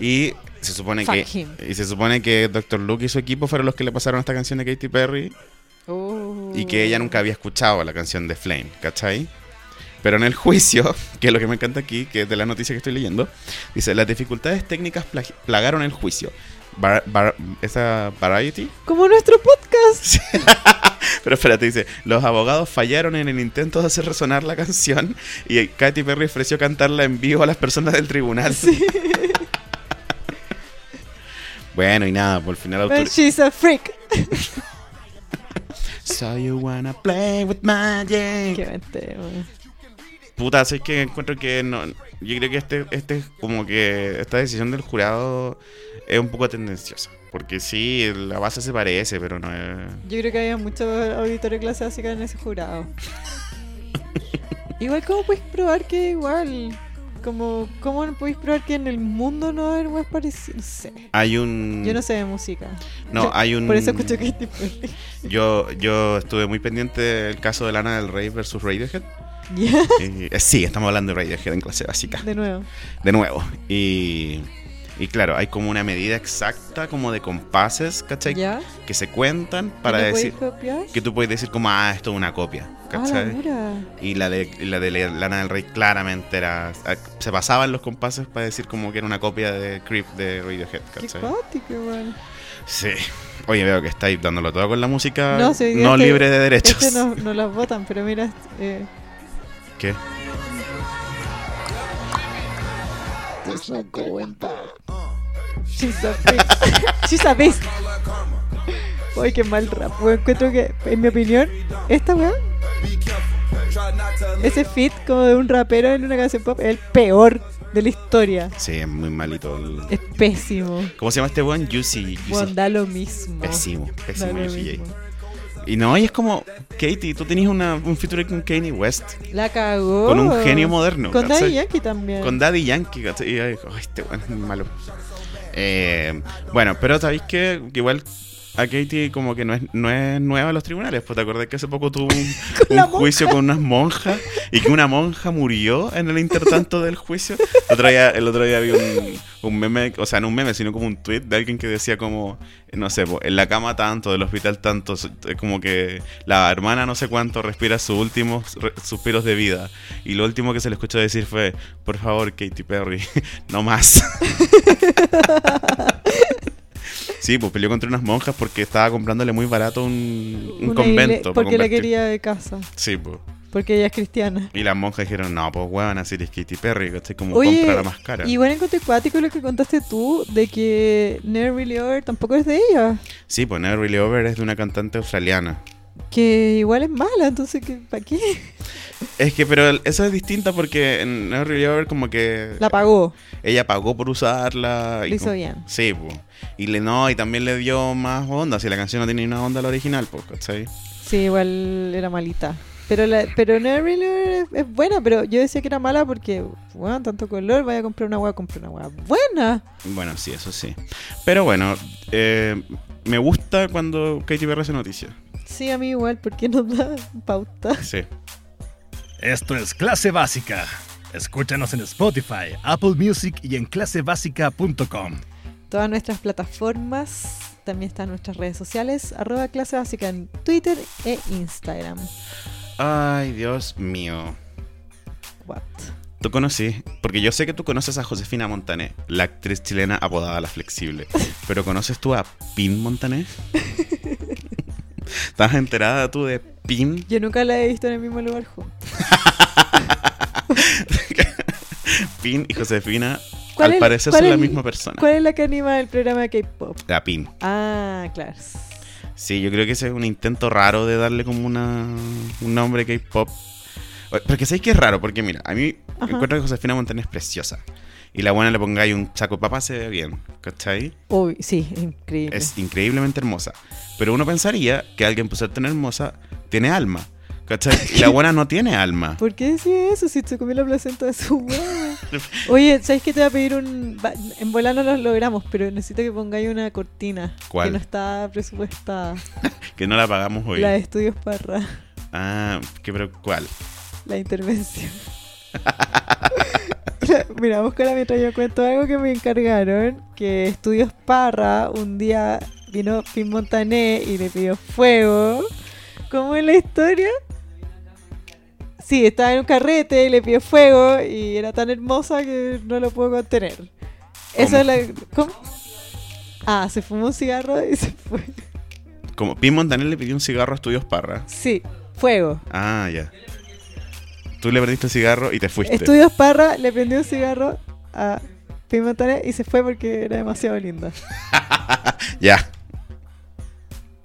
B: Y se supone
A: Fuck
B: que
A: him.
B: y se supone que Dr. Luke y su equipo fueron los que le pasaron esta canción a Katy Perry y que
A: Uh.
B: ella nunca había escuchado la canción de Flame, ¿cachai? Pero en el juicio, que es lo que me encanta aquí, que es de la noticia que estoy leyendo, dice, las dificultades técnicas plagi- plagaron el juicio. Var- var- esa variety.
A: Uh, Como nuestro podcast.
B: Pero espérate, dice, los abogados fallaron en el intento de hacer resonar la canción y Katy Perry ofreció cantarla en vivo a las personas del tribunal. bueno, y nada, por el final
A: But
B: autor-
A: she's a freak.
B: So you wanna play with my game.
A: Qué mente, weón.
B: Puta, sé que encuentro que no. Yo creo que este, este es como que esta decisión del jurado es un poco tendenciosa. Porque sí, la base se parece, pero no es.
A: Yo creo que había muchos auditores de clase básica en ese jurado. igual, ¿cómo podéis probar que igual? Como, ¿Cómo podéis probar que en el mundo no va a haber más parecido? No sé.
B: Hay un.
A: Yo no sé de música.
B: No, hay un.
A: Por eso escucho Katy Perry.
B: Yo, yo estuve muy pendiente del caso de Lana del Rey versus Radiohead.
A: Ya,
B: Y- eh, sí, estamos hablando de Radiohead en clase básica.
A: de nuevo.
B: de nuevo. Y, y claro, hay como una medida exacta como de compases, ¿cachai?
A: ¿Ya?
B: Que se cuentan para
A: ¿Y no
B: decir...
A: podéis copiar?
B: Que tú puedes decir como, ah, esto es una copia,
A: Ah, la
B: ¿cachai?
A: dura.
B: y la de, y la de Lana del Rey claramente era... Se pasaban los compases para decir como que era una copia de Creep de Radiohead,
A: Qué
B: ¿cachai?
A: cuático, weón.
B: Sí. Oye, veo que estáis dándolo todo con la música
A: No,
B: no,
A: sí, hoy día estoy-
B: libre de derechos.
A: Este no, no las votan, pero mira. eh,
B: ¿Qué?
A: She's a bitch. She's a bitch. Uy, qué mal rap. weón. encuentro que, en mi opinión, esta weá, ese fit como de un rapero en una canción pop, es el peor de la historia.
B: Sí, es muy malito. el-
A: Es pésimo.
B: ¿Cómo se llama este buen? Juicy. Juicy.
A: Weón, da lo mismo.
B: Pésimo,
A: Da
B: pésimo
A: lo
B: UGA.
A: mismo.
B: Y no, y es como, Katie, tú tenías una, un featuring con Kanye West,
A: La cagó.
B: con un genio moderno.
A: Con
B: ¿cachai?
A: Daddy Yankee también.
B: Con Daddy Yankee, ¿cachai? Y ay, ay, este weón es malo. Eh, bueno, pero sabéis que igual a Katie como que no es, no es nueva en los tribunales, pues te acordás que hace poco tuvo un, un
A: la monja.
B: juicio con unas monjas y que una monja murió en el intertanto del juicio. El otro día, el otro día vi un, un meme, o sea, no un meme, sino como un tweet de alguien que decía como, no sé, po, en la cama tanto, del hospital tanto, so- eh, como que la hermana no sé cuánto respira sus últimos re- suspiros de vida. Y lo último que se le escuchó decir fue, por favor, Katy Perry, no más. Sí, pues peleó contra unas monjas porque estaba comprándole muy barato un, un
A: Una
B: convento.
A: iglesia-
B: para
A: Porque la
B: convertir.
A: quería de casa.
B: Sí, pues.
A: Porque ella es cristiana.
B: Y las monjas dijeron, no, pues weón, así eres Katy Perry, ¿cachai? Como
A: Oye,
B: comprar la más cara.
A: Igual encontré cuático lo que contaste tú de que Never Really Over tampoco es de ella.
B: Sí, pues Never Really Over es de una cantante australiana.
A: Que igual es mala, entonces, ¿para qué?
B: Es que, pero el- eso es distinta porque en Never Really Over como que
A: La pagó.
B: ella pagó por usarla. y
A: Lo hizo
B: como-
A: bien.
B: Sí, pues. Y le no, y también le dio más onda, si la canción no tiene ni una onda a la original, pues, ¿cachai?
A: Sí, igual era malita. Pero, la, pero Never Really Over es, es buena, pero yo decía que era mala porque, bueno, tanto color, vaya a comprar una hueá, comprar una hueá buena.
B: Bueno, sí, eso sí. Pero bueno, eh, me gusta cuando Katy Perry hace noticias.
A: Sí, a mí igual, porque nos da pauta.
B: Sí.
D: Esto es Clase Básica. Escúchanos en Spotify, Apple Music y en clasebásica.com.
A: Todas nuestras plataformas, también están nuestras redes sociales, arroba clase básica en Twitter e Instagram.
B: Ay, Dios mío.
A: What?
B: Tú conocí, porque yo sé que tú conoces a Josefina Montané, la actriz chilena apodada La Flexible, pero ¿conoces tú a Pin Montané? ¿Estás enterada tú de Pin?
A: Yo nunca la he visto en el mismo lugar juntos.
B: Pin y Josefina,
A: ¿Cuál
B: al
A: es-
B: parecer
A: cuál
B: son la
A: es-
B: misma persona.
A: ¿Cuál es la que anima el programa de K-pop?
B: La Pin.
A: Ah, claro.
B: Sí, yo creo que ese es un intento raro de darle como una, un nombre K-pop. Oye, Pero que sabéis que es raro, porque mira, a mí
A: Ajá.
B: encuentro que Josefina Montana es preciosa. Y la buena le pongáis un saco de papa, se ve bien, ¿cachai?
A: Uy, sí, pues. increíble.
B: Es increíblemente hermosa. Pero uno pensaría que alguien, por ser tan hermosa, tiene alma, ¿cachai? Y la buena no tiene alma.
A: ¿Por qué decía eso si se comió la placenta de su huevo? Oye, ¿sabes qué te voy a pedir un... va- En volar no los logramos, pero necesito que pongáis una cortina.
B: ¿Cuál?
A: Que no está presupuestada.
B: Que no la pagamos hoy.
A: La de Estudios Parra.
B: Ah, que, pero ¿cuál?
A: La intervención. Mira, Mira, búscala mientras yo cuento algo que me encargaron. Que Estudios Parra un día vino Pim Montané y le pidió fuego. ¿Cómo es la historia? Sí, estaba en un carrete y le pidió fuego y era tan hermosa que no lo puedo contener. Eso
B: ¿Cómo?
A: es la... ¿Cómo? Ah, se fumó un cigarro y se fue.
B: Como Pim Montaner le pidió un cigarro a Estudios Parra.
A: Sí, fuego.
B: Ah, ya. Tú le perdiste el cigarro y te fuiste.
A: Estudios Parra le prendió un cigarro a Pim Montaner y se fue porque era demasiado linda.
B: Ya.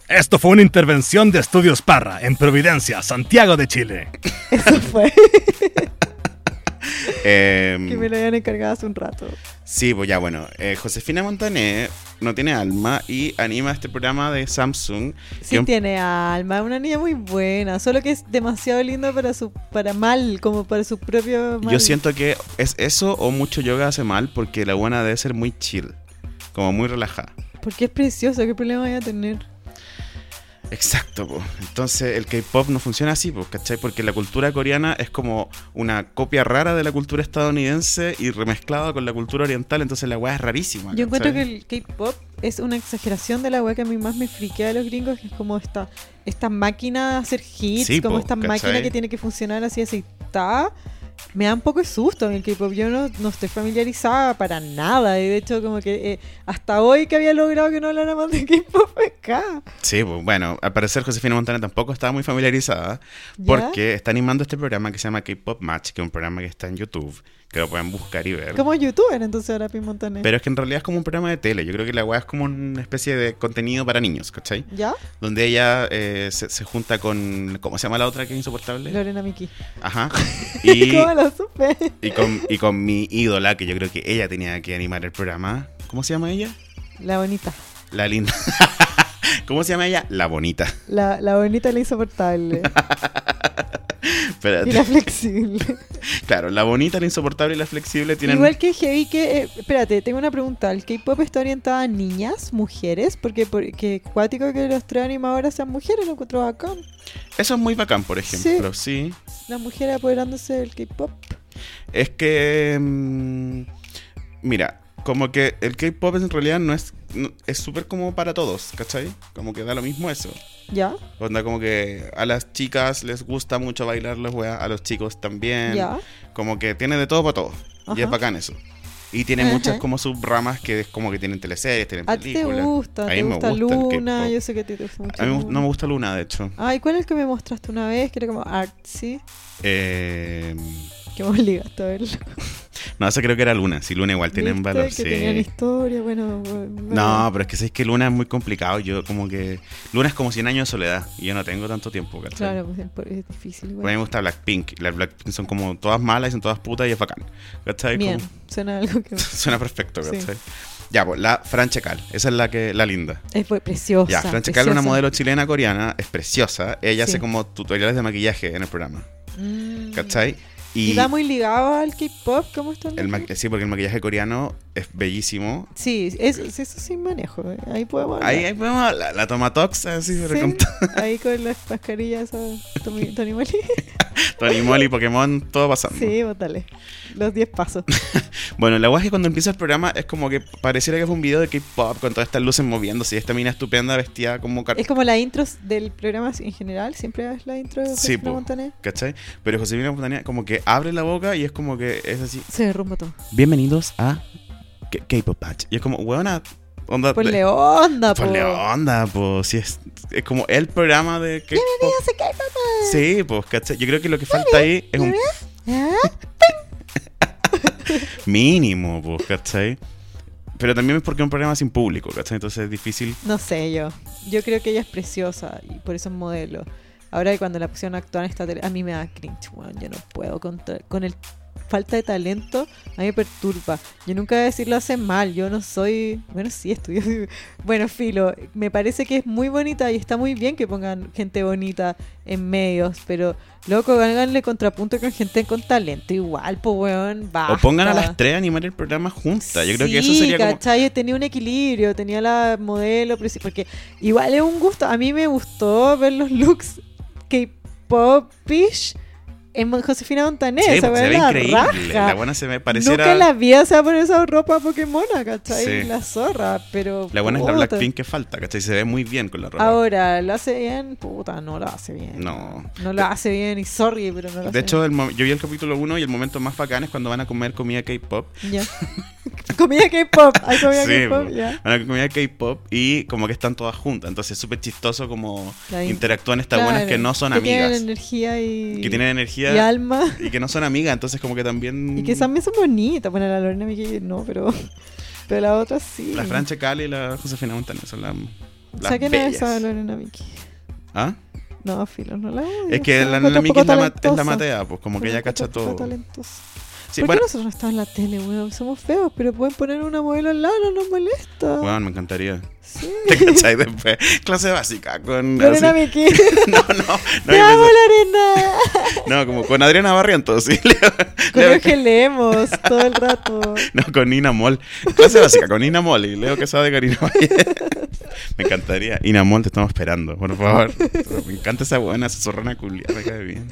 D: Esto fue una intervención de Estudios Parra en Providencia, Santiago de Chile.
A: Eso fue.
B: Em,
A: que me lo habían encargado hace un rato.
B: Sí, pues ya, bueno. eh, Josefina Montané no tiene alma y anima este programa de Samsung.
A: Sí
B: Yo- em-
A: tiene alma, es una niña muy buena, solo que es demasiado linda para su para mal, como para su propio mal.
B: Yo siento que es eso o mucho yoga hace mal porque la buena debe ser muy chill, como muy relajada.
A: Porque es preciosa, qué problema voy a tener.
B: Exacto, po. entonces el K-pop no funciona así, po, ¿cachai? Porque la cultura coreana es como una copia rara de la cultura estadounidense y remezclada con la cultura oriental, entonces la weá es rarísima.
A: Yo encuentro que
B: ¿cachai?
A: el K-pop es una exageración de la weá que a mí más me friquea de los gringos, que es como esta, esta máquina de hacer hits,
B: Sí,
A: como
B: po,
A: esta
B: ¿cachai?
A: máquina que tiene que funcionar así aceitada. Me da un poco de susto en el K-pop. Yo no, no estoy familiarizada para nada. Y de hecho, como que eh, hasta hoy que había logrado que no hablara más de K-pop acá.
B: Sí, pues bueno, al parecer Josefina Montana tampoco estaba muy familiarizada
A: ¿Ya?
B: porque está animando este programa que se llama K-Pop Match, que es un programa que está en YouTube, que lo pueden buscar y ver.
A: Como youtuber, entonces ahora Pim Montaner.
B: Pero es que en realidad es como un programa de tele, yo creo que la weá es como una especie de contenido para niños, ¿cachai?
A: ¿Ya?
B: Donde ella eh, se, se junta con, ¿cómo se llama la otra que es insoportable?
A: Lorena Miki.
B: Ajá. Y,
A: ¿Cómo lo supe?
B: y con, y con mi ídola, que yo creo que ella tenía que animar el programa. ¿Cómo se llama ella?
A: La bonita.
B: La linda. ¿Cómo se llama ella? La bonita.
A: La, la bonita y la insoportable.
B: Espérate.
A: y la flexible.
B: Claro, la bonita, la insoportable y la flexible tienen...
A: Igual que heavy que... eh, espérate, tengo una pregunta. ¿El K-pop está orientado a niñas, mujeres? Porque, porque cuático que los tres animadoras sean mujeres, lo encuentro bacán.
B: Eso es muy bacán, por ejemplo, sí.
A: Las mujeres apoderándose del K-pop.
B: Es que. mm, mira, como que el K-pop en realidad no es. no- es súper como para todos, ¿cachai? Como que da lo mismo eso.
A: ¿Ya?
B: Onda, como que a las chicas les gusta mucho bailar las weas, a los chicos también.
A: ¿Ya?
B: Como que tiene de todo para todo. Y es
A: Ajá.
B: bacán eso. Y tiene
A: Ajá.
B: muchas como subramas que es como que tienen teleseries, tienen
A: ¿A ti te
B: películas.
A: gusta?
B: A
A: ¿Te
B: mí me
A: gusta,
B: gusta el
A: Luna?
B: K-pop.
A: Yo sé que a ti te gusta mucho
B: A mí me gu- no me
A: Luna.
B: gusta Luna, de hecho.
A: Ay, ¿cuál es el que me mostraste una vez? Que era como artsy.
B: Eh,
A: Que me obligaste a verlo.
B: no, esa creo que era Luna. Si Luna igual tienen
A: ¿Viste?
B: valor,
A: que
B: sí.
A: tenían historia, bueno... bueno.
B: No, pero es que sabéis que Luna es muy complicado. Yo, como que. Luna es como 100 años de soledad. Y yo no tengo tanto tiempo, ¿cachai?
A: Claro, pues el pobre es difícil,
B: A mí me
A: igual.
B: gusta Blackpink. Las Blackpink son como todas malas y son todas putas y es bacán. ¿Cachai?
A: Bien,
B: Como-
A: suena algo que...
B: suena perfecto,
A: Sí.
B: ¿cachai? Ya, pues la Fran Checal. Esa es la que la linda.
A: Es pues, preciosa.
B: ya, Fran Checal es una
A: preciosa.
B: modelo chilena coreana. Es preciosa. Ella
A: Sí.
B: hace como tutoriales de maquillaje en el programa.
A: Mm.
B: ¿Cachai?
A: Y,
B: Y.
A: va muy ligado al K-pop, ¿cómo están?
B: el ma- sí, porque el maquillaje coreano es bellísimo.
A: Sí, eso, eso sí manejo. eh. Ahí podemos.
B: Ahí,
A: hablar.
B: ahí podemos la, la tomatox, así, pero
A: Sí,
B: con
A: ahí con las mascarillas, esas, Tommy- Tony Moly.
B: Tony Moly, Pokémon, todo pasando.
A: Sí, botale. Los 10 pasos.
B: Bueno, la guay es que cuando empieza el programa es como que pareciera que fue un video de K-pop con todas estas luces moviéndose y esta mina estupenda vestida como car-
A: Es como la intro del programa en general, siempre es la intro de
B: Sí,
A: Josefina
B: po.
A: Montaner.
B: ¿Cachai? Pero Josefina Montaña como que abre la boca y es como que es así.
A: Se derrumba todo.
B: Bienvenidos a K- K-pop Patch. Y es como, weona, onda.
A: Ponle
B: de-
A: onda, po.
B: ponle onda, pues. Si es, es como el programa de K-pop.
A: Hace K-pop.
B: Sí, pues, ¿cachai? Yo creo que lo que falta ahí es un
A: ¿Ah?
B: mínimo, pues, ¿cachai? Pero también es porque es un programa sin público, ¿cachai? Entonces es difícil.
A: No sé yo. Yo creo que ella es preciosa y por eso es modelo. Ahora que cuando la pusieron a actuar en esta tele, a mí me da cringe, weón. Yo no puedo con, ta- con el falta de talento, a mí me perturba. Yo nunca voy a decir lo hace mal, yo no soy, bueno, sí estudio. Bueno, filo, me parece que es muy bonita y está muy bien que pongan gente bonita en medios, pero loco, háganle contrapunto con gente con talento igual, pues weón, va.
B: O pongan a las tres a animar el programa juntas. Yo creo que eso
A: Sí,
B: sería como.
A: ¿cachai? Tenía un equilibrio, tenía la modelo, princip- porque igual es un gusto. A mí me gustó ver los looks K-pop-ish en Mon- Josefina Montaner.
B: Sí,
A: esa
B: pues,
A: weá
B: se ve
A: es la
B: increíble.
A: raja.
B: La buena se me pareciera.
A: Nunca en la vi se va a poner esa ropa Pokémona, ¿cachai?
B: Sí.
A: La zorra, pero...
B: La buena es la
A: puta. Ah,
B: Blackpink que falta, ¿cachai? Se ve muy bien con la ropa.
A: Ahora, ¿lo hace bien? Puta, no lo hace bien.
B: No.
A: No lo hace bien y sorry, pero no lo hace
B: De hecho, el mo- yo vi el capítulo 1 y el momento más bacán es cuando van a comer comida K-pop.
A: bien. Ya. comida K-pop. Hay comida
B: Sí,
A: K-pop,
B: po.
A: ya.
B: Van a comer K-pop y como que están todas juntas. Entonces es súper chistoso como
A: La in-
B: interactúan estas buenas
A: Claro,
B: que no son
A: que
B: amigas.
A: Tienen energía y...
B: que tienen
A: y
B: energía
A: alma.
B: y que no son amigas. Entonces como que también...
A: Y que también son bonitas. Bueno, la Lorena Miguel no, pero, pero la otra sí.
B: La Franche Cali y la Josefina Montaner son las... las
A: Saquen a esa
B: bellas.
A: Lorena Miki.
B: ¿Ah?
A: No, filo, no la
B: Es que la Nana Miki es la, ma- es la matea, pues como que ella cacha todo. Sí,
A: ¿Por
B: bueno,
A: qué nosotros no estamos en la tele, weón? Somos feos, pero pueden poner una modelo al lado, no nos molesta.
B: bueno, me encantaría.
A: Sí.
B: ¿Te cachai después? Clase básica con...
A: Lorena
B: así-
A: Miki.
B: No, no, no. yo
A: ¡Te amo,
B: pensé-
A: Lorena!
B: No, como con Adriana Barrientos, sí. Le-
A: Con
B: le-
A: el que leemos todo el rato.
B: no, con Nina Moll. Clase básica, con Nina Moll. Y leo que sabe de Karina Valle. Me encantaría. Ina Moll, te estamos esperando, por favor. Me encanta esa buena, esa zorrona culiada, me cae bien.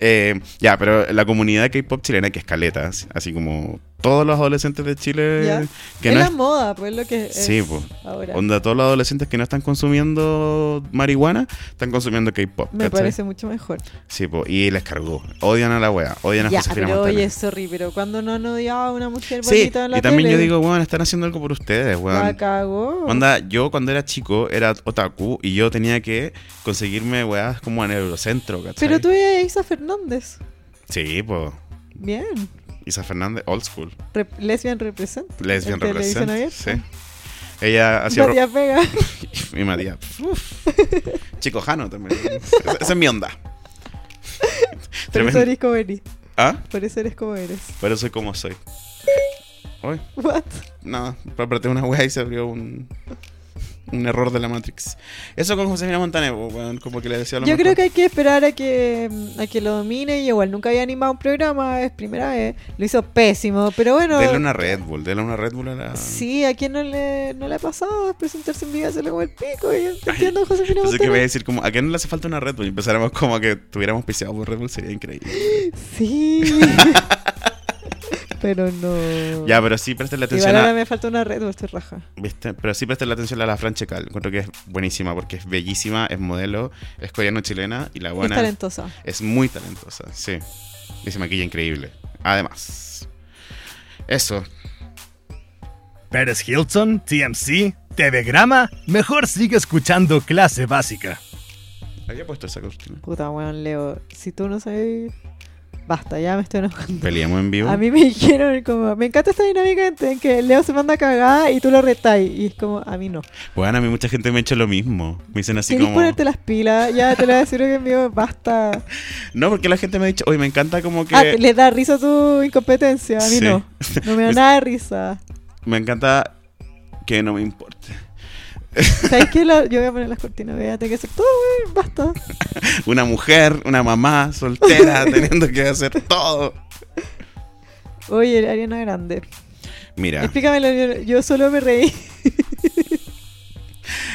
B: Eh, ya, pero la comunidad K-pop chilena que es caleta, así- así como todos los adolescentes de Chile.
A: Ya.
B: Que
A: es
B: no
A: la
B: es-
A: moda, pues es lo que es
B: Sí, po.
A: ahora.
B: Onda, todos los adolescentes que no están consumiendo marihuana, están consumiendo K-pop.
A: Me
B: ¿cachai?
A: parece mucho mejor.
B: Sí, po, y les cargó. Odian a la wea, odian a
A: Ya,
B: Josefina
A: pero
B: Montaner.
A: oye, sorry, pero cuando no han odiado a una mujer
B: Sí,
A: bonita en la
B: y también
A: tele?
B: yo digo, weón, están haciendo algo por ustedes,
A: La
B: weón.
A: cagó.
B: Onda, yo cuando era chico era otaku y yo tenía que conseguirme weas como en Eurocentro, ¿cachai?
A: Pero tú eres a Isa Fernández.
B: Sí, po.
A: Bien.
B: Isa Fernández, old school.
A: Rep- lesbian representa.
B: Lesbian
A: En televisión
B: represent. Sí.
A: abierta.
B: Ella hacía. ro-
A: Matías Vega.
B: Y Matías. Uf. Chico Jano también. Esa, esa es mi onda.
A: Por
B: Tremendo.
A: eso eres como eres.
B: ¿Ah?
A: Por eso eres como eres.
B: Pero soy como soy. Uy,
A: What?
B: nada, no, apreté una wea y se abrió un. Un error de la Matrix. Eso con Josefina Montaner, po, weón, como que le decía a la
A: Yo creo
B: Marta.
A: que hay que esperar a que, mm, a que lo domine. Y igual nunca había animado un programa, es primera vez. Lo hizo pésimo, pero bueno.
B: Denle una Red Bull, denle una Red Bull a la.
A: Sí, a quien no le, no le ha pasado presentarse en vivo y hacerlo como el pico. Y yo te entiendo, Josefina
B: Entonces, que voy a
A: Montaner.
B: decir? Como, ¿A qué no le hace falta una Red Bull? Y empezáramos como a que tuviéramos piseado por Red Bull, sería increíble.
A: Sí. pero no.
B: Ya, pero sí presten la
A: Igual
B: atención
A: ahora
B: a.
A: me falta una red, estoy raja.
B: ¿viste? Pero sí presten la atención a la Fran Checal. Encuentro que es buenísima porque es bellísima, es modelo, es coreano-chilena y la
A: Es
B: buena es,
A: talentosa.
B: muy talentosa. Sí. Y se maquilla increíble. Además. Eso.
D: Pérez Hilton, TMC, TV Grama, mejor sigue escuchando clase básica.
B: Había puesto esa cortina.
A: Puta, weón, Leo. Si tú no sabes. Basta, ya me estoy enojando.
B: Peleamos en vivo.
A: A mí me dijeron como, me encanta esta dinámica en- en que Leo se manda cagada y tú lo retáis. Y es como, a mí no.
B: Bueno, a mí mucha gente me ha hecho lo mismo. Me dicen así
A: Querés
B: como.
A: ponerte las pilas, ya te lo voy a decir que en vivo, basta.
B: No, porque la gente me ha dicho, oye, me encanta como que.
A: Ah, te- les da risa tu incompetencia, a mí
B: Sí.
A: no. No me da nada de risa.
B: Me encanta que no me importe.
A: ¿Sabes qué? La- yo voy a poner las cortinas, voy a tener que hacer todo, weón, basta.
B: una mujer, una mamá soltera, teniendo que hacer todo.
A: Oye, Ariana Grande.
B: Mira,
A: Explícamelo, yo- yo solo me reí.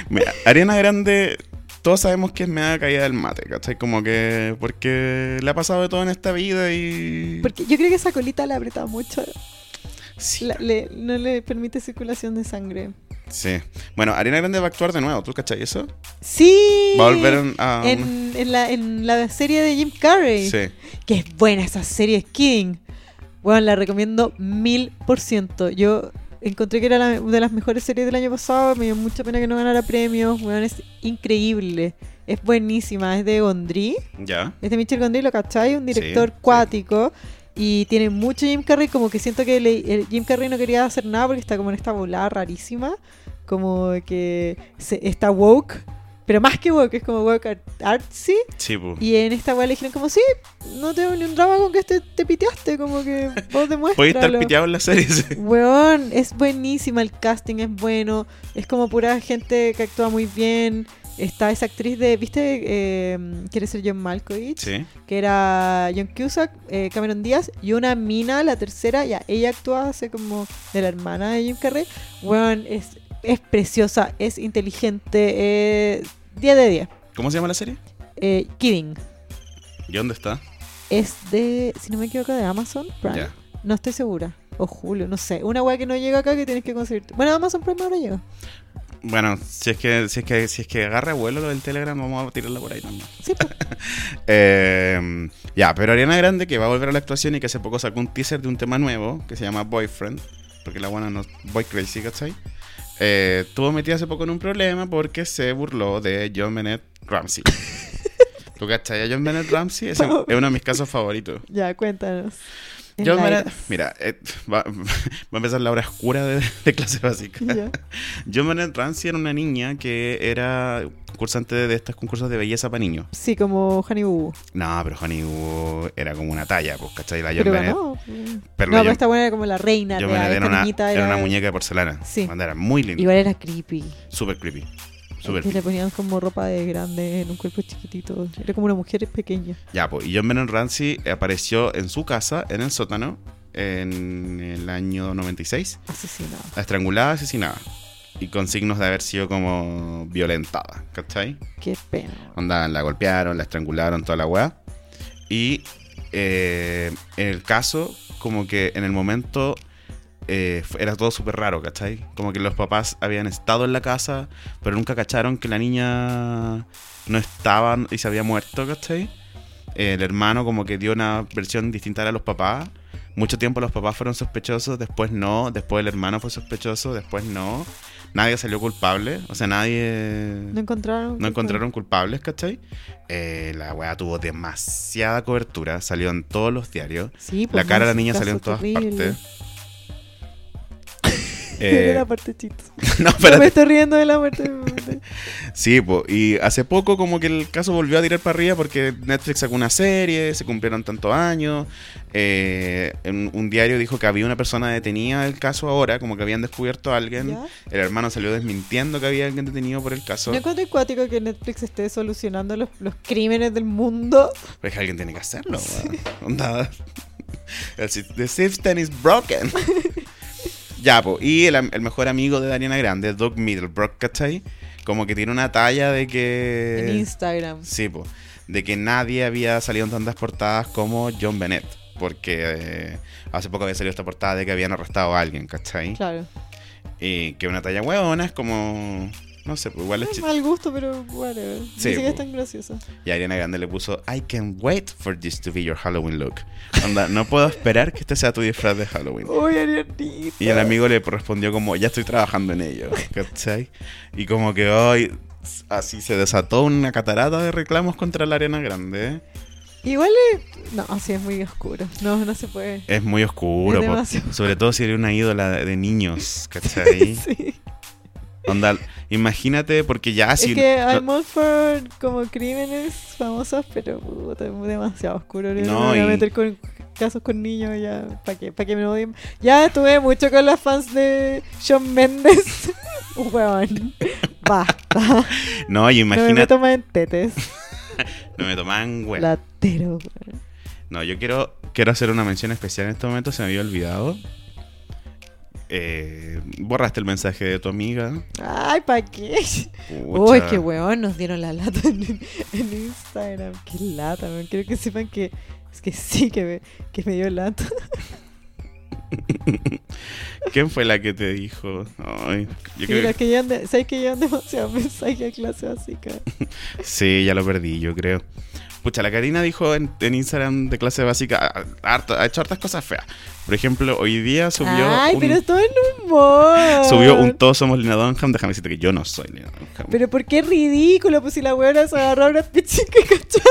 B: mira, Ariana Grande, todos sabemos que es media caída del mate, ¿cachai? Como que. Porque le ha pasado de todo en esta vida y.
A: Porque yo creo que esa colita la apretaba mucho.
B: Sí,
A: la- le- no le permite circulación de sangre.
B: sí. Bueno, Ariana Grande va a actuar de nuevo, ¿tú cachai eso?
A: Sí.
B: Va a volver en- a. una-
A: en, en la, en la serie de Jim Carrey.
B: Sí.
A: Que es buena esa serie, es King. Bueno, la recomiendo mil por ciento. Yo encontré que era la- una de las mejores series del año pasado. Me dio mucha pena que no ganara premios. Bueno, es increíble. Es buenísima. Es de Gondry.
B: Ya.
A: Es de Michel Gondry, ¿lo cachai? Un director
B: sí.
A: cuático. Y tiene mucho Jim Carrey, como que siento que le- el Jim Carrey no quería hacer nada porque está como en esta volada rarísima, como que se, está woke, pero más que woke, es como woke art- artsy.
B: Sí, po.
A: Y en esta weá le dijeron como, sí, no tengo ni un drama con que te, te piteaste, como que vos
B: Puede estar
A: demuéstralo.
B: piteado en la serie. sí.
A: Weón, es buenísima, el casting es bueno, es como pura gente que actúa muy bien. Está esa actriz de, ¿viste? Eh, Quiere ser John Malkovich,
B: Sí.
A: que era John Cusack, eh, Cameron Díaz y una mina, la tercera, ya ella actúa hace como de la hermana de Jim Carrey. Weón, es, es preciosa, es inteligente, eh, 10 de 10.
B: ¿Cómo se llama la serie?
A: Eh, Kidding.
B: ¿Y dónde está?
A: Es de, si no me equivoco, de Amazon Prime.
B: Ya.
A: No estoy segura. O Julio, no sé. Una weá que no llega acá que tienes que conseguir. tú. Bueno, Amazon Prime ahora llega.
B: Bueno, si es que, si es que, si es que agarra vuelo lo del Telegram, vamos a tirarla por ahí también.
A: Sí, po.
B: Eh, ya, pero Ariana Grande que va a volver a la actuación y que hace poco sacó un teaser de un tema nuevo que se llama Boyfriend, porque la buena no Boy Crazy, ¿cachai? Eh, estuvo metida hace poco en un problema porque se burló de John Bennett Ramsey. ¿Tú cachai a John Bennett Ramsey? Ese Es, uno de mis casos favoritos.
A: ya, cuéntanos.
B: John Bennett,
A: Enlighten.
B: mira, eh, va, va a empezar la hora oscura de, de clase básica.
A: Ya.
B: John Bennett Ramsey era una niña que era concursante de estos concursos de belleza para niños.
A: Sí, como Honey Boo. Boo.
B: No, pero Honey Boo era como una talla, pues, ¿cachai? La John
A: Pero
B: Bennett.
A: ganó. Mm.
B: pero
A: no,
B: la
A: pero
B: John-
A: esta buena era como la reina.
B: John
A: real,
B: Bennett
A: esta
B: era una,
A: niñita
B: era una muñeca de porcelana.
A: Sí.
B: Banda, era muy linda.
A: Igual era creepy.
B: Súper creepy. Súper
A: Que le
B: creepy.
A: ponían como ropa de grande en un cuerpo chiquitito. Era como una mujer pequeña.
B: Ya, pues. Y John Bennett Ramsey apareció en su casa, en el sótano, en el año 96,
A: Asesinada.
B: estrangulada, asesinada. Y con signos de haber sido como violentada, ¿cachai?
A: Qué pena.
B: Onda, la golpearon, la estrangularon, toda la weá. Y eh, en el caso, como que en el momento eh, fu- era todo súper raro, ¿cachai? Como que los papás habían estado en la casa, pero nunca cacharon que la niña no estaba y se había muerto, ¿cachai? El hermano como que dio una versión distinta a los papás. Mucho tiempo los papás fueron sospechosos, después no, después el hermano fue sospechoso, después no. Nadie salió culpable, o sea, nadie...
A: No encontraron.
B: No encontraron culpables, ¿cachai? Eh, la weá tuvo demasiada cobertura, salió en todos los diarios.
A: Sí, pues,
B: La cara de
A: es
B: la
A: un
B: niña salió en
A: caso
B: todas
A: terrible.
B: partes. Eh,
A: Era partecito.
B: no,
A: No me
B: espérate.
A: estoy riendo de la muerte. de-
B: Sí, po, y hace poco como que el caso volvió a tirar para arriba porque Netflix sacó una serie, se cumplieron tantos años. eh, en un diario dijo que había una persona detenida del caso ahora, como que habían descubierto a alguien.
A: ¿Ya?
B: El hermano salió desmintiendo que había alguien detenido por el caso.
A: No encuentro acuático que Netflix esté solucionando los, los crímenes del mundo.
B: Pero es que alguien tiene que hacerlo, weón. Onda. El si- The system is broken. ya, po. Y el, am- el mejor amigo de Dariana Grande, Doug Middlebrook, ¿cachai? Como que tiene una talla de que.
A: En Instagram.
B: Eh, Sí, po. De que nadie había salido en tantas portadas como John Bennett. Porque eh, hace poco había salido esta portada de que habían arrestado a alguien, ¿cachai?
A: Claro.
B: Y que una talla huevona es como. No sé, pues igual es
A: Es
B: chiste.
A: mal gusto, pero bueno. Ni
B: Sí,
A: siquiera
B: po.
A: es tan gracioso.
B: Y Ariana Grande le puso I can't wait for this to be your Halloween look. Onda, no puedo esperar que este sea tu disfraz de Halloween.
A: Uy, Arianita.
B: Y el amigo le respondió como, ya estoy trabajando en ello, ¿cachai? Y como que hoy así se desató una catarata de reclamos contra la Ariana Grande. ¿eh?
A: Igual es... No, así es muy oscuro. No, no se puede.
B: Es muy oscuro,
A: Es
B: po.
A: demasiado.
B: sobre todo si eres una ídola de de niños, ¿cachai?
A: Sí.
B: Onda, imagínate, porque ya si...
A: es que
B: no-
A: I'm all for como crímenes famosos, pero puta, es demasiado oscuro. Yo No,
B: No,
A: me voy a
B: y-
A: meter con casos con niños ya. ¿Para que, pa que me odien? Ya tuve mucho con las fans de Shawn Mendes. Weón. Basta.
B: No, y
A: No me
B: imagínate...
A: meto más en tetes.
B: No me toman, güey.
A: Latero, weón.
B: No, yo quiero, quiero hacer una mención especial en este momento, se me había olvidado. Eh, borraste el mensaje de tu amiga.
A: Ay, ¿para qué?
B: Pucha.
A: Uy, qué weón, nos dieron la lata en, en Instagram. Qué lata, weón. Quiero que sepan que es que sí que me, que me dio lata.
B: ¿Quién fue la que te dijo? Ay, yo creo
A: Mira,
B: que-
A: que llegan de- ¿sabes que llegan demasiados mensajes a clase básica?
B: Sí, ya lo perdí, yo creo. Pucha, la Karina dijo en, en Instagram de clase básica, "Ah, harto- ha hecho hartas cosas feas. Por ejemplo, hoy día subió,
A: Ay,
B: un,
A: pero es todo en humor.
B: subió un Todos somos Lina Dunham. Déjame decirte que yo no soy Lina Dunham.
A: Pero ¿por qué ridículo? Pues si la weona se agarró a una pichín que cachara.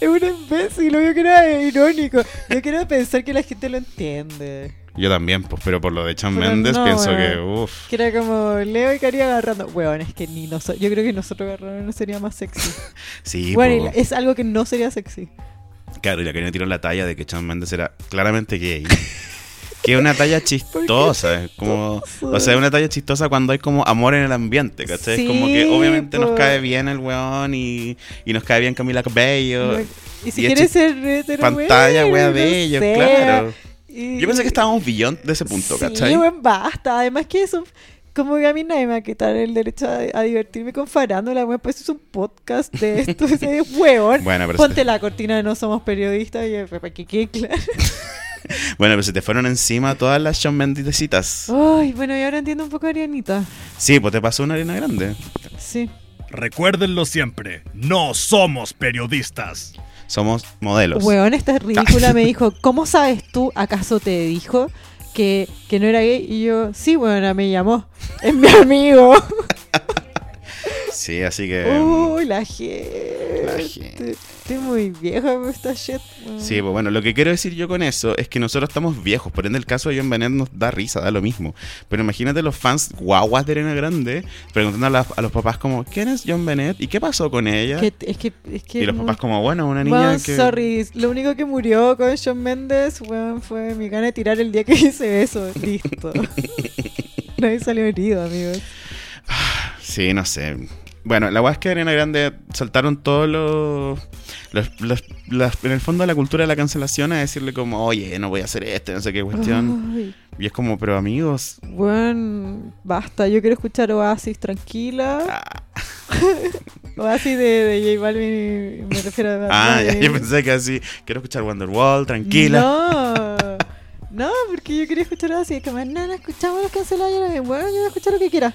A: es un imbécil, obvio que era irónico. Yo quiero pensar que la gente lo entiende.
B: Yo también, pues, pero por lo de Chan
A: Pero
B: Méndez
A: no, eh.
B: pienso
A: weón.
B: que, uff.
A: Que era como Leo y Cari agarrando. Weón, es que ni nosotros. Yo creo que nosotros agarrando sería más sexy.
B: Sí, pues.
A: bueno, y
B: po.
A: la- es algo que no sería sexy.
B: Claro, y la Karina tiró la talla de que Chan Méndez era claramente gay. que es una talla chistosa, es como... O sea, es una talla chistosa cuando hay como amor en el ambiente, ¿cachai? es como que
A: Sí,
B: obviamente
A: po.
B: nos cae bien el weón y, y nos cae bien Camila Cabello.
A: y si
B: y es
A: quieres
B: chis-
A: ser hetero,
B: pantalla,
A: weón,
B: wea
A: no
B: de ellos,
A: sé.
B: claro.
A: Y-
B: Yo pensé que estábamos beyond de ese este punto,
A: sí,
B: ¿cachai?
A: weón, basta. Además que eso, como que a mí nadie me va a quitar el derecho a, a divertirme con farándula, weón. Pues es un podcast de esto, ese es weón.
B: Bueno, pero
A: Ponte
B: se-
A: la cortina de no somos periodistas y eh, para que quede claro.
B: Bueno, pero se te fueron encima todas las Shawn Mendescitas.
A: Ay, bueno, y ahora entiendo un poco a Arianita.
B: Sí, pues te pasó una arena grande.
A: Sí.
D: Recuérdenlo siempre, no somos periodistas.
B: Somos modelos.
A: Weón, esta es ridícula. Me dijo, ¿cómo sabes tú? ¿Acaso te dijo que, que no era gay? Y yo, sí, weón, me llamó. Es mi amigo.
B: Sí, así que...
A: Uy, la gente.
B: Em, la gente.
A: Estoy muy vieja con esta shit. weón.
B: Sí, pues bueno, lo que quiero decir yo con eso es que nosotros estamos viejos, por ende el caso de John Bennett nos da risa, da lo mismo. Pero imagínate los fans guaguas de Arena Grande preguntando a, la- a los papás como, ¿quién es John Bennett? ¿Y qué pasó con ella?
A: Que- es que. Es que
B: Y los
A: mu-
B: papás como, bueno, una niña
A: Weón,
B: que...
A: sorry. Lo único que murió con Shawn Mendes, weón, fue mi gana de tirar el día que hice eso. Listo. Nadie salió herido, amigos.
B: Sí, no sé. Bueno, la weá es que Arena Grande saltaron todos los, los- los- las- En el fondo la cultura de la cancelación a decirle como, oye, no voy a hacer esto, no sé qué cuestión.
A: Ay.
B: Y es como, pero amigos...
A: Bueno, basta, yo quiero escuchar Oasis tranquila.
B: Ah.
A: Oasis de, de J Balvin, y me refiero a Bad
B: Ah, ya,
A: Bunny.
B: yo pensé que así, quiero escuchar Wonderwall, tranquila.
A: No, no, porque yo quería escuchar Oasis. Es como, no, no, escuchamos los cancelados. Yo no- Bueno, yo voy a escuchar lo que quiera.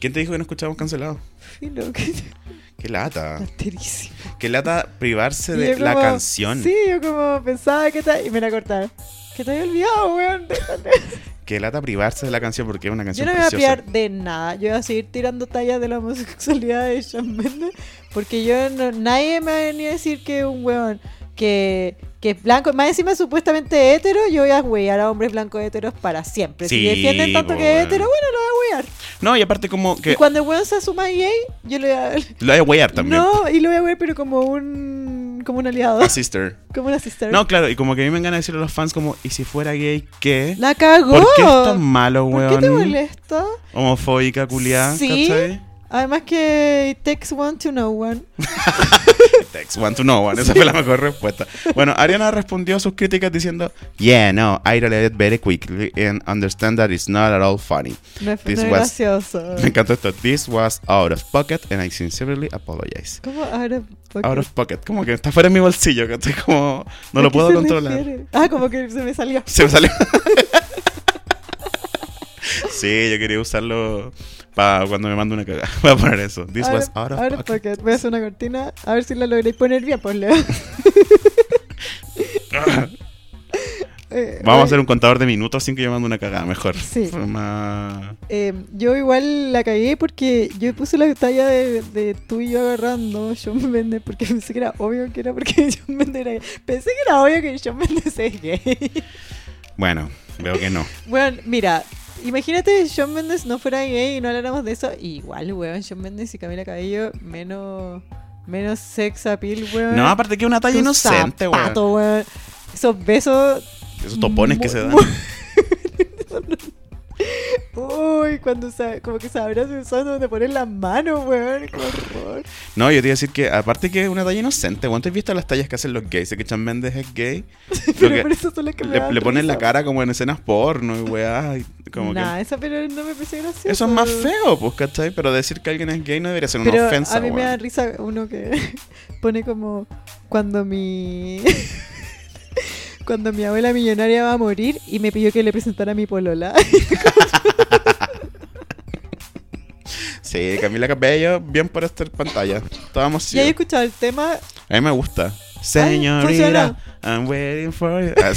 B: ¿Quién te dijo que no escuchábamos cancelado?
A: Filo, que
B: Qué lata.
A: alterísimo.
B: Qué lata privarse
A: Y
B: de
A: yo
B: la
A: como-
B: canción.
A: Sí, yo como pensaba que tal. Y me la cortaron. Que te había olvidado, weón. déjate.
B: Qué lata privarse de la canción porque es una
A: Yo
B: canción
A: no me voy a
B: preciosa.
A: pillar de nada. Yo voy a seguir tirando tallas de la homosexualidad de Shawn Mendes. Porque yo no- nadie me va a venir a decir que un weón que, que es blanco, más encima supuestamente hetero, yo voy a huear a hombres blancos heteros para siempre.
B: Sí,
A: si defienden tanto
B: po,
A: que es
B: weón.
A: hetero, bueno, lo voy a huear.
B: No, y aparte como
A: Y
B: que
A: cuando el weón se asuma gay, yo le voy a.
B: lo voy a wear también.
A: No, y lo voy a huear, pero como un. como un aliado,
B: Ah, sister.
A: como una sister.
B: No, claro, y como que a mí me gana decirle a los fans como, ¿y si fuera gay qué?
A: ¡La cagó!
B: ¿Por qué es tan malo,
A: ¿Por
B: weón?
A: qué te molesta?
B: Homofóbica, culiá,
A: Sí.
B: ¿cachai?
A: Además que it takes one to know one.
B: Text one to know one, esa fue la mejor respuesta. Bueno, Ariana respondió a sus críticas diciendo, Yeah, no, I read it very quickly and understand that it's not at all funny.
A: No es, no
B: This
A: es
B: was-
A: gracioso.
B: Me encantó esto. This was out of pocket and I sincerely apologize.
A: ¿Cómo ahora? ¿Por qué?
B: Out of pocket, como que está fuera de mi bolsillo, que estoy como. No
A: ¿A
B: lo
A: qué
B: puedo
A: se
B: controlar.
A: refiere? Ah, como que se me salió.
B: Se me salió. sí, yo quería usarlo para cuando me mando una cagada. Voy a poner eso. This
A: Out
B: was
A: of-
B: out of
A: out of
B: pocket.
A: pocket. Voy a hacer una cortina, a ver si la logré poner bien, pues Leo. Eh,
B: Vamos a
A: oye,
B: hacer un contador de minutos sin que yo mando una cagada, mejor.
A: Sí.
B: Forma-
A: eh, yo igual la cagué porque yo puse la talla de, de tú y yo agarrando John Mendes porque pensé que era obvio que era porque John Mendes era gay. Pensé que era obvio que John Mendes es gay.
B: Bueno, veo que no.
A: Bueno, mira, imagínate si Shawn Mendes no fuera gay y no habláramos de eso. Igual, weón, Shawn Mendes y Camila Cabello, menos, menos sex appeal, weón.
B: No, aparte que una talla
A: Tu
B: inocente, weón.
A: zapato, weón. Esos besos.
B: Esos topones que
A: mu-
B: se dan.
A: mu- Uy, cuando se, como que se abrazan usando donde ponen las manos, weón. Qué horror.
B: No, yo te iba a decir que, aparte que es una talla inocente, ¿cuánto has visto las tallas que hacen los gays? Sé que Chan Méndez es gay. Lo
A: Pero
B: que-
A: por eso son las que me
B: le,
A: dan
B: le ponen la
A: risa.
B: cara como en escenas porno y weá. y como
A: Nah,
B: que,
A: esa pero no me parece gracioso.
B: eso es más feo, pues, ¿cachai? Pero decir que alguien es gay no debería ser una
A: Pero
B: ofensa,
A: a mí me da
B: weón.
A: risa uno que pone como cuando mi cuando mi abuela millonaria va a morir y me pidió que le presentara a mi polola.
B: Sí, Camila Cabello, bien por estar pantalla. Estábamos
A: ¿Ya he
B: ciegos.
A: escuchado el tema?
B: A mí me gusta. Señorita,
A: funcionó.
B: I'm waiting for you. Ah,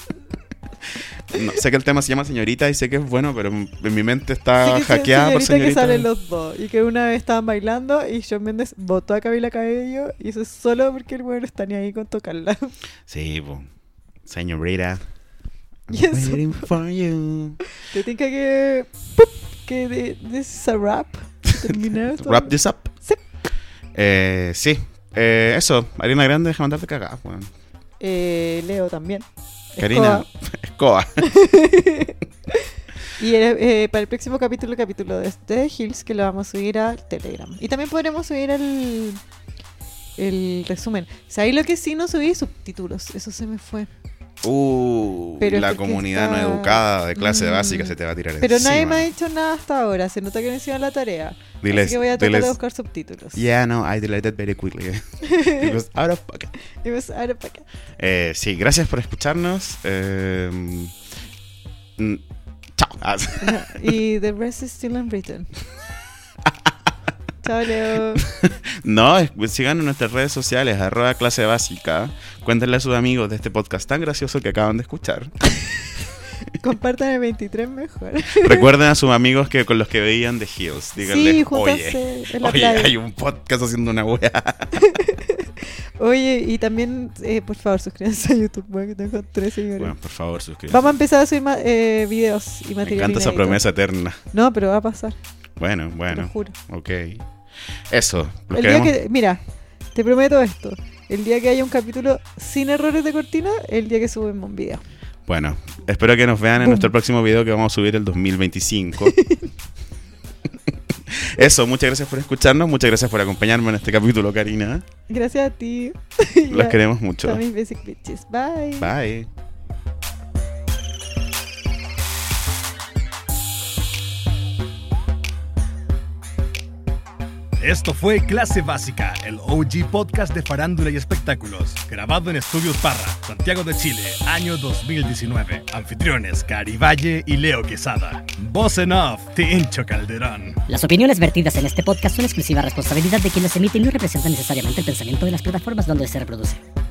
B: no, sé que el tema se llama señorita y sé que es bueno, pero en en mi mente está
A: Sí, que sí,
B: hackeada Ah, por
A: que
B: señorita.
A: salen los dos y que una vez estaban bailando y Shawn Mendes votó a Camila Cabello y eso es solo porque el weón está ni ahí con tocarla.
B: Sí, po. señorita. I'm
A: Y eso.
B: waiting for you.
A: Te tinca que. ¡pup! Que de- this is a rap. Terminar esto.
B: Wrap this up.
A: Sí.
B: Eh, sí. Eh, eso, Ariana Grande, deja mandarte cagada, weón.
A: Eh, Leo también.
B: Karina, escoba.
A: Y eh, eh, para el próximo capítulo, capítulo de The Hills, que lo vamos a subir al Telegram. Y también podremos subir el, el resumen. O sea, ahí lo que sí no subí es subtítulos. Eso se me fue.
B: Uh,
A: Pero es
B: la
A: porque
B: comunidad
A: está-
B: no educada de clase
A: Mm.
B: básica se te va a tirar
A: Pero
B: encima.
A: nadie me ha dicho nada hasta ahora. Se nota que no hicieron la tarea.
B: Diles,
A: Así que voy a tratar
B: diles,
A: de buscar subtítulos.
B: Yeah, no, I deleted very quickly. It was out of pocket.
A: Y pues, ahora pa' acá.
B: Eh, sí, gracias por escucharnos. Eh, mm, chao. Ah,
A: Ajá. y The Rest is Still in Britain. Chao, Leo.
B: No, es- sigan en nuestras redes sociales, arroba clase básica. Cuéntenle a sus amigos de este podcast tan gracioso que acaban de escuchar.
A: Compartan el 23 mejor.
B: Recuerden a sus amigos que con los que veían The Hills. Díganle,
A: sí,
B: oye,
A: júntense en la
B: oye
A: playa.
B: hay un podcast haciendo una wea.
A: Oye, y también, eh, por favor, suscríbanse a YouTube, weón, que tengo tres seguidores.
B: Bueno, por favor, suscríbanse.
A: Vamos a empezar a subir ma- eh, videos y
B: Me
A: material.
B: encanta esa
A: inédito.
B: promesa eterna.
A: No, pero va a pasar,
B: Bueno,
A: te lo
B: bueno,
A: juro.
B: ok. Eso, los
A: El día
B: queremos.
A: que, mira, te prometo esto. El día que haya un capítulo sin errores de cortina, el día que subimos un video.
B: Bueno, espero que nos vean en
A: Boom.
B: nuestro próximo video que vamos a subir el 2025. Eso, muchas gracias por escucharnos, muchas gracias por acompañarme en este capítulo, Karina.
A: Gracias a ti.
B: Los queremos mucho.
A: Son mis basic bitches. Bye.
B: Bye.
D: Esto fue Clase Básica, el OG podcast de farándula y espectáculos, grabado en Estudios Parra, Santiago de Chile, año 2019. Anfitriones Cari Valle y Leo Quesada. Voz en off, Tincho Calderón.
E: Las opiniones vertidas en este podcast son exclusiva responsabilidad de quien las emite y no representan necesariamente el pensamiento de las plataformas donde se reproduce.